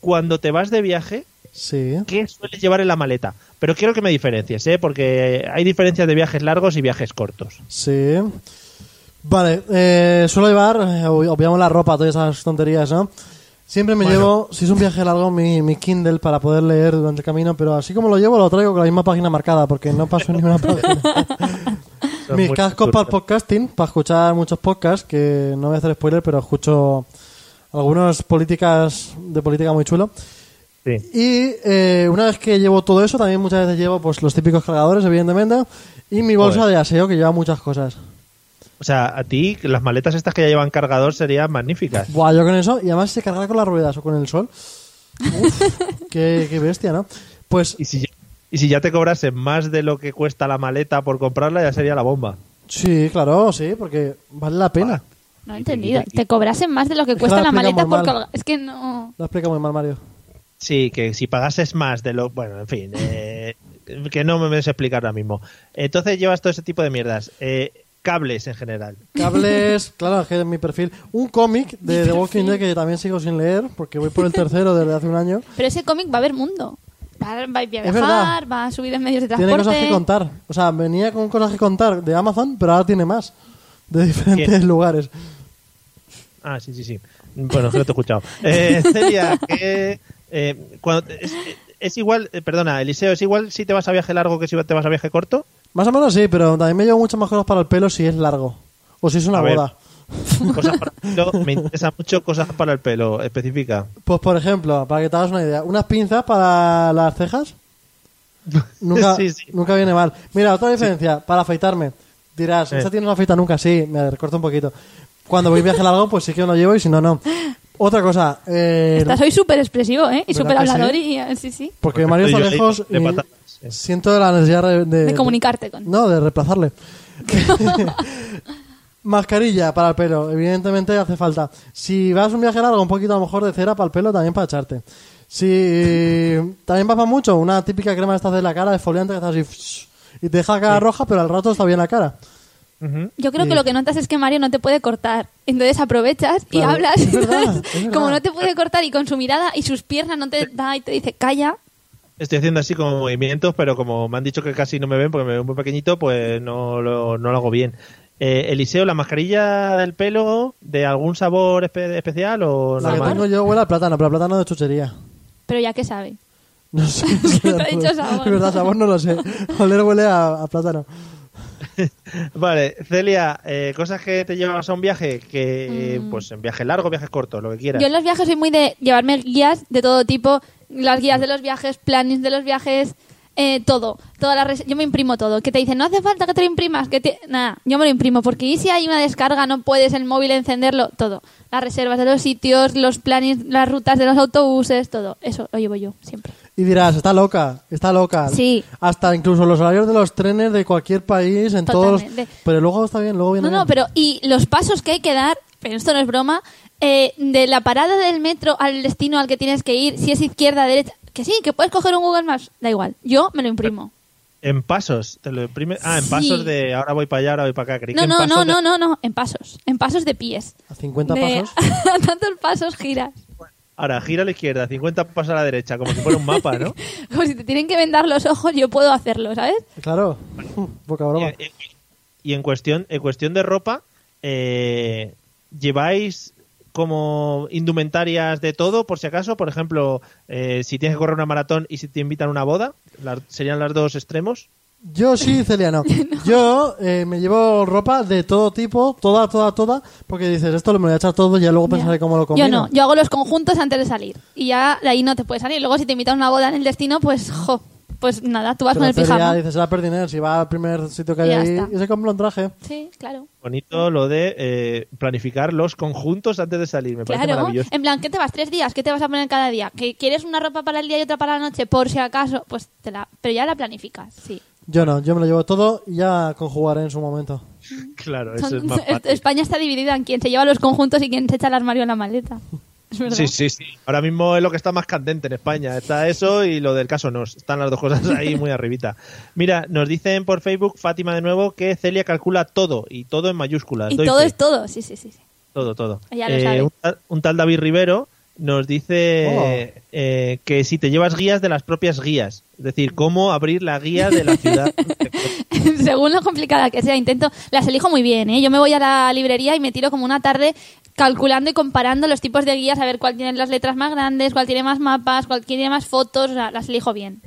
Speaker 1: Cuando te vas de viaje,
Speaker 3: Sí.
Speaker 1: ¿qué sueles llevar en la maleta? Pero quiero que me diferencies, ¿eh? porque hay diferencias de viajes largos y viajes cortos.
Speaker 3: Sí. Vale, eh, suelo llevar, eh, obviamos la ropa, todas esas tonterías, ¿no? Siempre me llevo, si es un viaje largo, mi, mi Kindle para poder leer durante el camino, pero así como lo llevo, lo traigo con la misma página marcada, porque no paso ni una página.
Speaker 1: Son
Speaker 3: Mis
Speaker 1: muy
Speaker 3: cascos para el
Speaker 1: absurdos.
Speaker 3: podcasting, para escuchar muchos podcasts, que no voy a hacer spoiler, pero escucho algunas políticas de política muy chulo.
Speaker 1: Sí.
Speaker 3: Y eh, una vez que llevo todo eso, también muchas veces llevo pues los típicos cargadores, evidentemente, y mi bolsa
Speaker 1: Joder.
Speaker 3: de aseo, que lleva muchas cosas.
Speaker 1: O sea, a ti las maletas estas que ya llevan cargador serían magníficas.
Speaker 3: Buah, yo con eso, y además se carga con las ruedas o con el sol. Uf, qué, qué bestia, ¿no? Pues
Speaker 1: Y si, ya, y si ya te cobrasen más de lo que cuesta la maleta por comprarla, ya sería la bomba.
Speaker 3: sí, claro, sí, porque vale la pena.
Speaker 2: No he entendido, te cobrasen más de lo que cuesta
Speaker 3: la
Speaker 2: la
Speaker 3: explica
Speaker 2: maleta
Speaker 3: muy
Speaker 2: por
Speaker 3: mal.
Speaker 2: colgar, es que no...
Speaker 3: Lo explica muy mal, Mario.
Speaker 1: Sí, que si pagases más de lo... Bueno, en fin, eh, que no me ves explicar ahora mismo. Entonces llevas todo ese tipo de mierdas. Eh, cables en general.
Speaker 3: Cables, claro, es que es mi perfil. Un cómic de The Walking Dead que también sigo sin leer, porque voy por el tercero desde hace un año.
Speaker 2: Pero ese cómic va a haber mundo, va, va a viajar,
Speaker 3: verdad.
Speaker 2: va a subir en medios de
Speaker 3: Tiene
Speaker 2: transporte...
Speaker 3: cosas que contar. O sea, venía con cosas que contar de Amazon, pero ahora tiene más. De diferentes
Speaker 1: ¿Quién?
Speaker 3: lugares.
Speaker 1: Ah, sí, sí, sí. Bueno, creo que te he escuchado. Eh, Celia, que, eh, cuando- es, es igual... eh, perdona, Eliseo, ¿es igual si te vas a viaje largo que si te vas a viaje corto?
Speaker 3: Más o menos sí, pero también me llevo muchas más cosas para el pelo si es largo. O si es una
Speaker 1: A ver.
Speaker 3: boda.
Speaker 1: Cosas para el pelo, me interesa mucho cosas para el pelo, específica.
Speaker 3: Pues por ejemplo, para que te hagas una idea, unas pinzas para las cejas nunca,
Speaker 1: Sí, sí.
Speaker 3: nunca viene mal. Mira, otra diferencia, para afeitarme. Dirás,
Speaker 1: Sí.
Speaker 3: ¿esta tiene una afeita nunca? Sí, me recorto un poquito. Cuando voy viaje largo, pues sí que lo llevo y si no, no. Otra cosa, eh,
Speaker 2: Estás hoy súper expresivo, ¿eh? Y
Speaker 3: ¿Verdad
Speaker 2: súper
Speaker 3: que
Speaker 2: hablador
Speaker 3: sí?
Speaker 2: y... eh, Sí, sí.
Speaker 3: porque Mario está
Speaker 1: Estoy yo ahí
Speaker 3: lejos
Speaker 1: de
Speaker 3: y
Speaker 1: patadas, sí.
Speaker 3: siento la necesidad de,
Speaker 2: De comunicarte con...
Speaker 3: No, de reemplazarle. Mascarilla para el pelo, evidentemente hace falta. Si vas un viaje largo, un poquito a lo mejor de cera para el pelo, también para echarte. Si también vas para mucho, una típica crema esta de la cara, exfoliante, que está así fsh, y te deja la cara roja, pero al rato está bien la cara.
Speaker 1: Ujú.
Speaker 2: Yo creo que lo que notas es que Mario no te puede cortar. Entonces aprovechas y
Speaker 3: Claro,
Speaker 2: hablas.
Speaker 3: es verdad,
Speaker 2: Entonces,
Speaker 3: es verdad.
Speaker 2: como no te puede cortar y con su mirada y sus piernas no te da y te dice, calla.
Speaker 1: Estoy haciendo así como movimientos, pero como me han dicho que casi no me ven porque me veo muy pequeñito, pues no lo, no lo hago bien. Eh, Eliseo, ¿la mascarilla del pelo de algún sabor espe- especial o
Speaker 3: La
Speaker 1: nada
Speaker 3: que
Speaker 1: más?
Speaker 3: tengo yo huele a plátano, pero a plátano de chuchería.
Speaker 2: Pero ya que sabe.
Speaker 3: No sé.
Speaker 2: Te ha dicho sabor.
Speaker 3: Es verdad, sabor no lo sé. Oler huele a, a plátano.
Speaker 1: Vale, Celia, eh, cosas que te llevas a un viaje, que pues en viaje largo, viajes cortos, lo que quieras.
Speaker 2: Mm. Yo en los viajes soy muy de llevarme guías de todo tipo. Las guías de los viajes, plannings de los viajes, eh, todo. Todas las res- yo me imprimo todo. Que te dicen, no hace falta que te lo imprimas. que te- Nada, yo me lo imprimo. Porque y si hay una descarga, no puedes el móvil encenderlo, todo. Las reservas de los sitios, los plannings, las rutas de los autobuses, todo. Eso lo llevo yo siempre.
Speaker 3: Y dirás, está loca, está loca.
Speaker 2: Sí.
Speaker 3: Hasta incluso los horarios de los trenes de cualquier país, en todos.
Speaker 2: Totalmente.
Speaker 3: los- Pero luego está bien, luego viene.
Speaker 2: No, no,
Speaker 3: bien.
Speaker 2: pero y los pasos que hay que dar, pero esto no es broma, eh, de la parada del metro al destino al que tienes que ir, si es izquierda, derecha, que sí, que puedes coger un Google Maps, da igual, yo me lo imprimo.
Speaker 1: En pasos, te lo imprime. Ah, en
Speaker 2: Sí.
Speaker 1: pasos de ahora voy para allá, ahora voy para acá. Creí que
Speaker 2: No,
Speaker 1: en
Speaker 2: no,
Speaker 1: pasos
Speaker 2: no,
Speaker 1: de-
Speaker 2: no, no, no, en pasos, en pasos de pies.
Speaker 3: A 50
Speaker 2: De-
Speaker 3: pasos.
Speaker 2: a tantos pasos giras.
Speaker 1: Ahora, gira a la izquierda, 50 pasos a la derecha, como si fuera un mapa, ¿no?
Speaker 2: Como si te tienen que vendar los ojos, yo puedo hacerlo, ¿sabes?
Speaker 3: Claro. Poca broma.
Speaker 1: Y, eh, y- y en cuestión, en cuestión de ropa, eh, ¿lleváis como indumentarias de todo, por si acaso? Por ejemplo, eh, si tienes que correr una maratón y si te invitan a una boda, las- serían los dos extremos.
Speaker 3: Yo sí, Celia no. Yo eh, me llevo ropa de todo tipo, toda, toda, toda, porque dices, esto lo me lo voy a echar todo y ya luego pensaré cómo lo combino.
Speaker 2: Yo no, yo hago los conjuntos antes de salir. Y ya de ahí no te puedes salir. Luego si te invitan a una boda en el destino, pues jo, pues nada, tú vas
Speaker 3: Se
Speaker 2: con
Speaker 3: la
Speaker 2: el
Speaker 3: feria,
Speaker 2: pijama.
Speaker 3: dices, se va a perder dinero, si va al primer sitio que hay
Speaker 2: Y ya
Speaker 3: ahí
Speaker 2: está.
Speaker 3: y se compra un traje.
Speaker 2: Sí, claro.
Speaker 1: Bonito lo de eh, planificar los conjuntos antes de salir, me parece
Speaker 2: Claro, Em,
Speaker 1: maravilloso.
Speaker 2: en plan, ¿qué te vas? ¿Tres días? ¿Qué te vas a poner cada día? ¿Que quieres una ropa para el día y otra para la noche? Por si acaso, pues te la... Pero ya la planificas, sí.
Speaker 3: Yo no, yo me lo llevo todo y ya conjugaré en su momento.
Speaker 1: Claro, eso
Speaker 2: Son-
Speaker 1: es más fácil.
Speaker 2: España está dividida en quién se lleva los conjuntos y quién se echa el armario en la maleta. Es verdad.
Speaker 1: Sí, sí, sí. Ahora mismo es lo que está más candente en España. Está eso y lo del caso nos. Están las dos cosas ahí muy arribita. Mira, nos dicen por Facebook, Fátima de nuevo, que Celia calcula todo y todo en mayúsculas.
Speaker 2: Y
Speaker 1: Doy
Speaker 2: todo
Speaker 1: fe.
Speaker 2: es todo, sí, sí, sí. sí.
Speaker 1: Todo, todo. Eh,
Speaker 2: Ya lo sabe.
Speaker 1: un, tal, un tal David Rivero nos dice eh, que si te llevas guías de las propias guías. Es decir, cómo abrir la guía de la ciudad.
Speaker 2: Según lo complicada que sea, intento, las elijo muy bien, ¿eh? Yo me voy a la librería y me tiro como una tarde calculando y comparando los tipos de guías, a ver cuál tiene las letras más grandes, cuál tiene más mapas, cuál tiene más fotos, o sea, las elijo bien.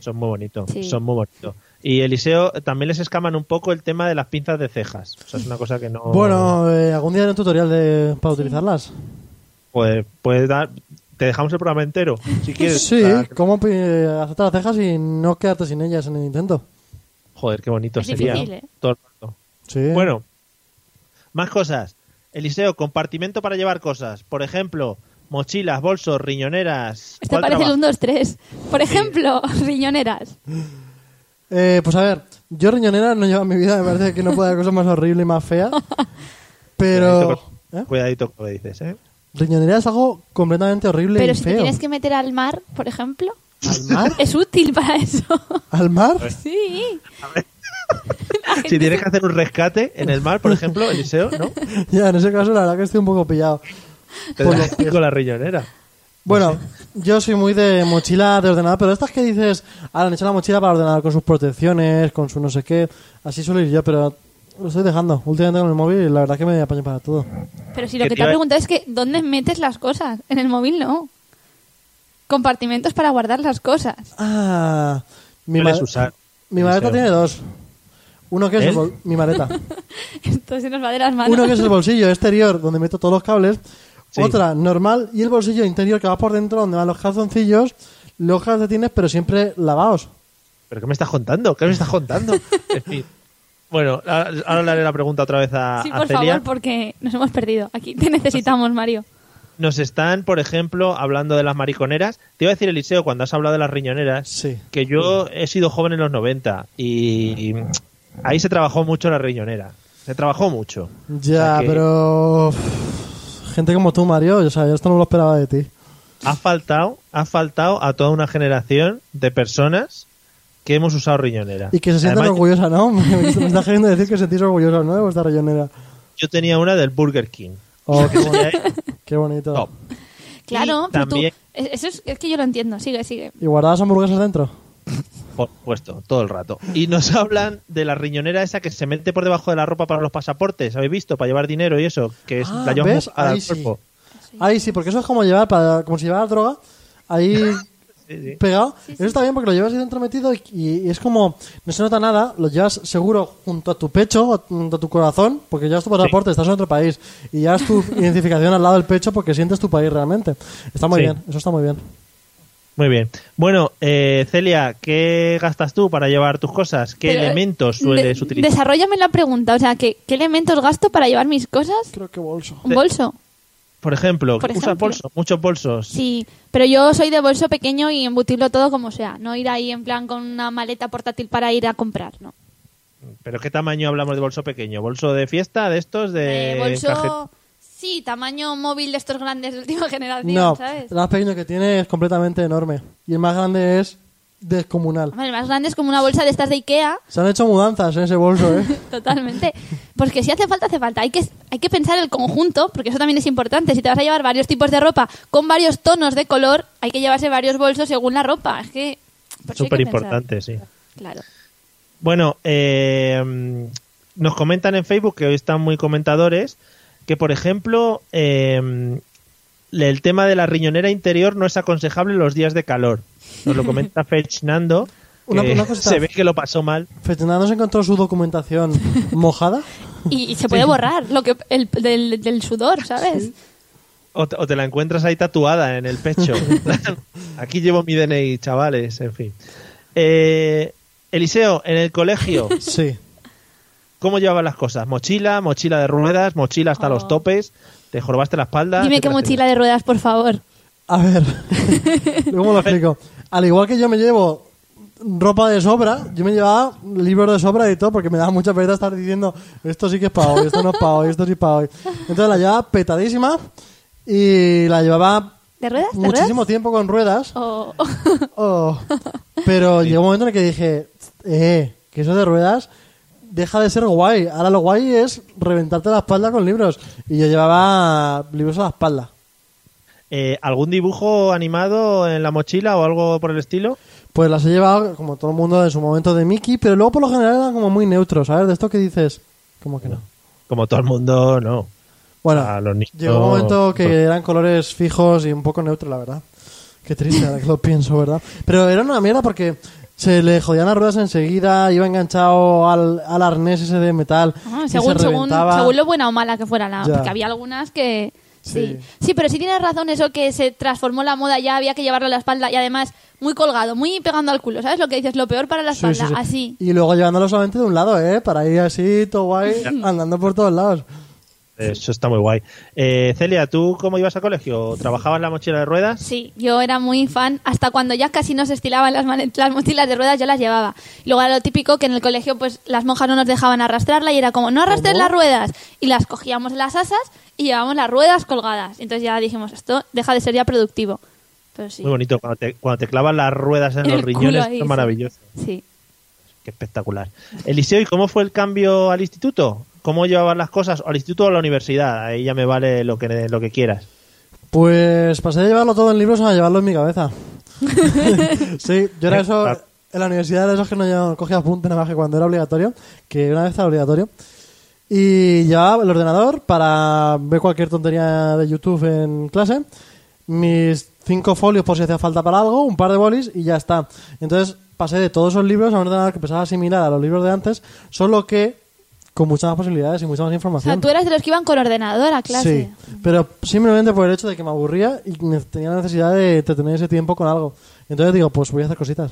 Speaker 1: son muy bonitos,
Speaker 2: Sí.
Speaker 1: son muy bonitos. Y Eliseo, también les escaman un poco el tema de las pinzas de cejas. O sea, es una cosa que no...
Speaker 3: Bueno, eh, algún día haré un tutorial de, para utilizarlas.
Speaker 1: Pues, puedes dar. Te dejamos el programa entero, si quieres.
Speaker 3: Sí,
Speaker 1: Ah,
Speaker 3: cómo eh, hacerte las cejas y no quedarte sin ellas en el intento.
Speaker 1: Joder, qué bonito
Speaker 2: Es
Speaker 1: sería.
Speaker 2: difícil,
Speaker 1: ¿no?
Speaker 2: ¿eh?
Speaker 1: Todo el rato.
Speaker 3: Sí.
Speaker 1: Bueno, más cosas. Eliseo, compartimento para llevar cosas. Por ejemplo, mochilas, bolsos, riñoneras.
Speaker 2: Esto
Speaker 1: ¿Cuál
Speaker 2: Este parece
Speaker 1: trabaja?
Speaker 2: el 1, 2, 3. Por ejemplo, riñoneras.
Speaker 3: Eh, pues a ver, yo riñonera no llevo en mi vida, me parece que no puede haber cosa más horrible y más fea. Pero.
Speaker 1: Cuidadito con-
Speaker 3: ¿Eh?
Speaker 1: Cuidadito con lo que dices, ¿eh?
Speaker 3: Riñonera es algo completamente horrible
Speaker 2: Pero
Speaker 3: y
Speaker 2: si te
Speaker 3: feo.
Speaker 2: tienes que meter al mar, por ejemplo,
Speaker 3: ¿Al mar?
Speaker 2: es útil para eso.
Speaker 3: ¿Al mar?
Speaker 1: Pues-
Speaker 2: Sí.
Speaker 1: Si tienes que hacer un rescate en el mar, por ejemplo, Eliseo, ¿no?
Speaker 3: ya, en ese caso la verdad que estoy un poco pillado.
Speaker 1: Te
Speaker 3: Por lo
Speaker 1: das con la riñonera.
Speaker 3: Bueno, yo soy muy de mochila de ordenador, pero estas que dices, ahora han hecho la mochila para ordenar con sus protecciones, con su no sé qué, así suelo ir yo, pero lo estoy dejando últimamente con el móvil y la verdad que me apaño para todo.
Speaker 2: Pero si lo
Speaker 1: Que
Speaker 2: que
Speaker 1: te
Speaker 2: te ha
Speaker 1: iba-
Speaker 2: preguntado es que ¿dónde metes las cosas? En el móvil no. Compartimentos para guardar las cosas.
Speaker 3: Ah, mi,
Speaker 1: Sueles
Speaker 3: ma-
Speaker 1: usar,
Speaker 3: mi maleta
Speaker 1: Eliseo.
Speaker 3: tiene dos. Uno que es
Speaker 1: ¿Él?
Speaker 3: el bol- mi maleta.
Speaker 2: Esto se nos va de las manos.
Speaker 3: Uno que es el bolsillo exterior donde meto todos los cables,
Speaker 1: Sí.
Speaker 3: otra normal y el bolsillo interior que va por dentro donde van los calzoncillos, los calcetines, pero siempre lavados.
Speaker 1: ¿Pero qué me estás contando? ¿Qué me estás contando? En fin. Bueno, ahora ahora le haré la pregunta otra vez a,
Speaker 2: Sí,
Speaker 1: a
Speaker 2: por
Speaker 1: Celia.
Speaker 2: favor, porque nos hemos perdido. Aquí te necesitamos, Mario.
Speaker 1: Nos están, por ejemplo, hablando de las mariconeras. Te iba a decir, Eliseo, cuando has hablado de las riñoneras,
Speaker 3: Sí.
Speaker 1: que yo he sido joven en los 90 y ahí se trabajó mucho la riñonera. Se trabajó mucho.
Speaker 3: Ya,
Speaker 1: O sea que
Speaker 3: pero. uff, Gente como tú, Mario, o sea, yo esto no lo esperaba de ti.
Speaker 1: Ha faltado, ha faltado a toda una generación de personas que hemos usado riñonera.
Speaker 3: Y que se sientan
Speaker 1: Además,
Speaker 3: orgullosas, ¿no? Me, me estás queriendo decir que sentís orgullosos, ¿no? De vuestra rellonera.
Speaker 1: Yo tenía una del Burger King.
Speaker 3: Oh, qué,
Speaker 1: Eso
Speaker 3: bon-
Speaker 1: ya es
Speaker 3: qué bonito.
Speaker 1: top.
Speaker 2: Claro,
Speaker 1: Y
Speaker 2: pero
Speaker 1: también-
Speaker 2: tú... es- Eso es, es que yo lo entiendo. Sigue, sigue.
Speaker 3: ¿Y guardadas hamburguesas dentro?
Speaker 1: Por supuesto, todo el rato. Y nos hablan de la riñonera esa que se mete por debajo de la ropa para los pasaportes, ¿habéis visto? Para llevar dinero y eso, que es
Speaker 3: Ah,
Speaker 1: la llevamos
Speaker 3: ¿ves?
Speaker 1: al
Speaker 3: Ahí sí.
Speaker 1: cuerpo.
Speaker 3: Ahí sí, porque eso es como llevar, para, como si llevara droga, ahí
Speaker 1: Sí, sí.
Speaker 3: pegado. Eso está bien porque lo llevas ahí dentro metido y, y es como, no se nota nada, lo llevas seguro junto a tu pecho, o junto a tu corazón, porque ya es tu pasaporte, estás en otro país. Y llevas tu identificación al lado del pecho porque sientes tu país realmente. Está muy
Speaker 1: Sí.
Speaker 3: bien, eso está muy bien.
Speaker 1: Muy bien. Bueno, eh, Celia, ¿qué gastas tú para llevar tus cosas? ¿Qué
Speaker 2: Pero, eh,
Speaker 1: elementos sueles
Speaker 2: de-
Speaker 1: utilizar?
Speaker 2: Desarrollame la pregunta. O sea, ¿qué, ¿qué elementos gasto para llevar mis cosas?
Speaker 3: Creo que bolso.
Speaker 2: Un bolso.
Speaker 1: Por ejemplo,
Speaker 2: Por
Speaker 1: ¿usas
Speaker 2: ejemplo.
Speaker 1: bolsos? Muchos bolsos.
Speaker 2: Sí, pero yo soy de bolso pequeño y embutirlo todo como sea. No ir ahí en plan con una maleta portátil para ir a comprar, ¿no?
Speaker 1: ¿Pero qué tamaño hablamos de bolso pequeño? ¿Bolso de fiesta, de estos, de
Speaker 2: Eh, bolso,
Speaker 1: encaje-
Speaker 2: sí, tamaño móvil de estos grandes de última generación,
Speaker 3: No,
Speaker 2: ¿sabes?
Speaker 3: el más pequeño que tiene es completamente enorme. Y el más grande es descomunal.
Speaker 2: Hombre, el más grande es como una bolsa de estas de Ikea.
Speaker 3: Se han hecho mudanzas en ese bolso, ¿eh?
Speaker 2: Totalmente. Porque si hace falta, hace falta. Hay que, hay que pensar el conjunto, porque eso también es importante. Si te vas a llevar varios tipos de ropa con varios tonos de color, hay que llevarse varios bolsos según la ropa. Es que. por eso hay que
Speaker 1: Súper importante, sí.
Speaker 2: pensar. Claro.
Speaker 1: Bueno, eh, nos comentan en Facebook, que hoy están muy comentadores, que por ejemplo, eh, el tema de la riñonera interior no es aconsejable en los días de calor. Nos lo comenta Fernando.
Speaker 3: Una-
Speaker 1: que
Speaker 3: una cosita.
Speaker 1: se ve que lo pasó mal.
Speaker 3: Fernando se encontró su documentación mojada.
Speaker 2: Y, y se puede borrar lo que el, del, del sudor, ¿sabes?
Speaker 1: O te, o te la encuentras ahí tatuada en el pecho. Aquí llevo mi DNI, chavales, en fin. Eh, Eliseo, en el colegio,
Speaker 3: Sí.
Speaker 1: ¿cómo llevabas las cosas? ¿Mochila, mochila de ruedas, mochila hasta
Speaker 3: Oh.
Speaker 1: los topes? ¿Te jorobaste la
Speaker 3: Ah,
Speaker 1: espalda?
Speaker 2: Dime qué
Speaker 1: etcétera,
Speaker 2: mochila de ruedas, por favor.
Speaker 3: A ver, ¿cómo lo explico? Al igual que yo me llevo ropa de sobra, yo me llevaba libros de sobra y todo porque me daba mucha pereza estar diciendo esto sí que es para hoy, esto no es para hoy, esto sí es para hoy. Entonces la llevaba petadísima y la llevaba
Speaker 2: ¿De ruedas? ¿De
Speaker 3: muchísimo
Speaker 2: ruedas?
Speaker 3: tiempo con ruedas.
Speaker 2: O-
Speaker 3: Oh. Pero llegó un momento en el que dije, eh, que eso de ruedas deja de ser guay. Ahora lo guay es reventarte la espalda con libros. Y yo llevaba libros a la espalda.
Speaker 1: Eh, ¿Algún dibujo animado en la mochila o algo por el estilo?
Speaker 3: Pues las he llevado, como todo el mundo, en su momento de Mickey, pero luego por lo general eran como muy neutros, ¿sabes? De esto que dices, como que no.
Speaker 1: Como todo el mundo, no.
Speaker 3: Bueno,
Speaker 1: Ah, los niños- Pues-
Speaker 3: llegó un momento que eran colores fijos y un poco neutros, la verdad. Qué triste, ahora que lo pienso, ¿verdad? Pero era una mierda porque se le jodían las ruedas enseguida, iba enganchado al, al arnés ese de metal.
Speaker 2: Ah,
Speaker 3: y
Speaker 2: según,
Speaker 3: se
Speaker 2: según,
Speaker 3: reventaba.
Speaker 2: según lo buena o mala que fuera la.
Speaker 3: Ya.
Speaker 2: Porque había algunas que. Sí.
Speaker 3: Sí.
Speaker 2: sí, pero sí tienes razón eso que se transformó la moda, ya había que llevarlo a la espalda y además muy colgado, muy pegando al culo, ¿sabes lo que dices? Lo peor para la
Speaker 3: Sí, sí,
Speaker 2: espalda,
Speaker 3: sí.
Speaker 2: así.
Speaker 3: Y luego llevándolo solamente de un lado, ¿eh? Para ir así, todo guay, andando por todos lados.
Speaker 1: Eso está muy guay. Eh, Celia, ¿tú cómo ibas al colegio? ¿Trabajabas la mochila de ruedas?
Speaker 2: Sí, yo era muy fan, hasta cuando ya casi nos estilaban las, manet- las mochilas de ruedas, yo las llevaba. Y luego era lo típico que en el colegio, pues las monjas no nos dejaban arrastrarla y era como, no arrastres las ruedas. Y las cogíamos en las asas y llevábamos las ruedas colgadas. Entonces ya dijimos, esto deja de ser ya productivo. Pero sí.
Speaker 1: Muy bonito, cuando te, cuando te clavan las ruedas en,
Speaker 2: En
Speaker 1: los
Speaker 2: el culo
Speaker 1: riñones,
Speaker 2: ahí,
Speaker 1: esto es
Speaker 2: sí.
Speaker 1: maravilloso.
Speaker 2: Sí.
Speaker 1: Qué espectacular. Eliseo, ¿y cómo fue el cambio al instituto? ¿Cómo llevabas las cosas? ¿O al instituto o a la universidad? Ahí ya me vale lo que, lo que quieras.
Speaker 3: Pues pasé de llevarlo todo en libros a llevarlo en mi cabeza. sí, yo era eso. En la universidad era esos que no llevaban- cogía apunte nada más que cuando era obligatorio, que una vez era obligatorio. Y llevaba el ordenador para ver cualquier tontería de YouTube en clase, mis cinco folios por si hacía falta para algo, un par de bolis y ya está. Entonces pasé de todos esos libros a un ordenador que empezaba a similar a los libros de antes, solo que con muchas más posibilidades y mucha más
Speaker 2: O sea,
Speaker 3: información.
Speaker 2: tú eras de los que iban con ordenador a clase.
Speaker 3: Sí, pero simplemente por el hecho de que me aburría y ne- tenía necesidad de entretener ese tiempo con algo. Entonces digo, pues voy a hacer cositas.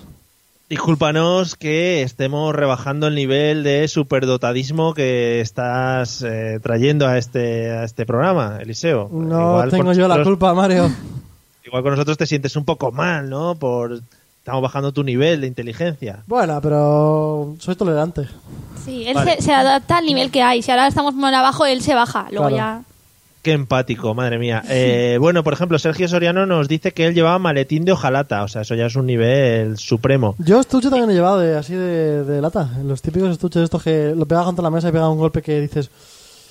Speaker 1: Discúlpanos que estemos rebajando el nivel de superdotadismo que estás eh, trayendo a este, a este programa, Eliseo.
Speaker 3: No
Speaker 1: Igual
Speaker 3: tengo
Speaker 1: con
Speaker 3: yo la
Speaker 1: nosotros-
Speaker 3: culpa, Mario.
Speaker 1: Igual con nosotros te sientes un poco mal, ¿no? Por estamos bajando tu nivel de inteligencia.
Speaker 3: Bueno, pero soy tolerante.
Speaker 2: Sí, él
Speaker 1: Vale.
Speaker 2: se, se adapta al nivel que hay. Si ahora estamos muy abajo, él se baja. Luego
Speaker 3: Claro.
Speaker 2: ya.
Speaker 1: Qué empático, madre mía. Eh, bueno, por ejemplo, Sergio Soriano nos dice que él llevaba maletín de hojalata, o sea, eso ya es un nivel supremo.
Speaker 3: Yo estuche también he llevado de, así de, de lata. Los típicos estuches estos que lo pegaba contra la mesa y pegaba un golpe que dices,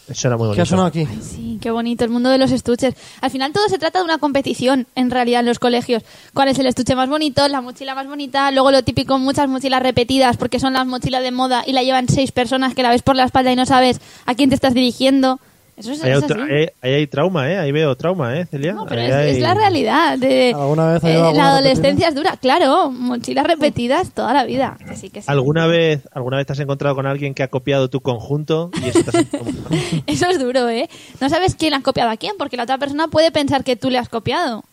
Speaker 1: Eso era muy
Speaker 3: ¿qué
Speaker 1: bonito.
Speaker 3: ha sonado aquí?
Speaker 2: Sí, qué bonito, el mundo de los estuches. Al final todo se trata de una competición, en realidad, en los colegios. ¿Cuál es el estuche más bonito? La mochila más bonita. Luego lo típico, muchas mochilas repetidas, porque son las mochilas de moda y la llevan seis personas que la ves por la espalda y no sabes a quién te estás dirigiendo. Eso es,
Speaker 1: Ahí
Speaker 2: es
Speaker 1: hay,
Speaker 2: así.
Speaker 1: tra- ahí- ahí hay trauma, ¿eh? Ahí veo trauma, ¿eh, Celia?
Speaker 2: No, pero
Speaker 1: Ahí
Speaker 2: es,
Speaker 1: hay-
Speaker 2: es la realidad. de-
Speaker 3: ¿Alguna vez ha
Speaker 2: eh,
Speaker 3: llevado alguna
Speaker 2: la
Speaker 3: repetida?
Speaker 2: adolescencia es dura, claro. Mochilas repetidas toda la vida. Que sí, que sí.
Speaker 1: ¿Alguna vez, ¿Alguna vez te has encontrado con alguien que ha copiado tu conjunto? Y eso te has-
Speaker 2: Eso es duro, ¿eh? No sabes quién ha copiado a quién, porque la otra persona puede pensar que tú le has copiado.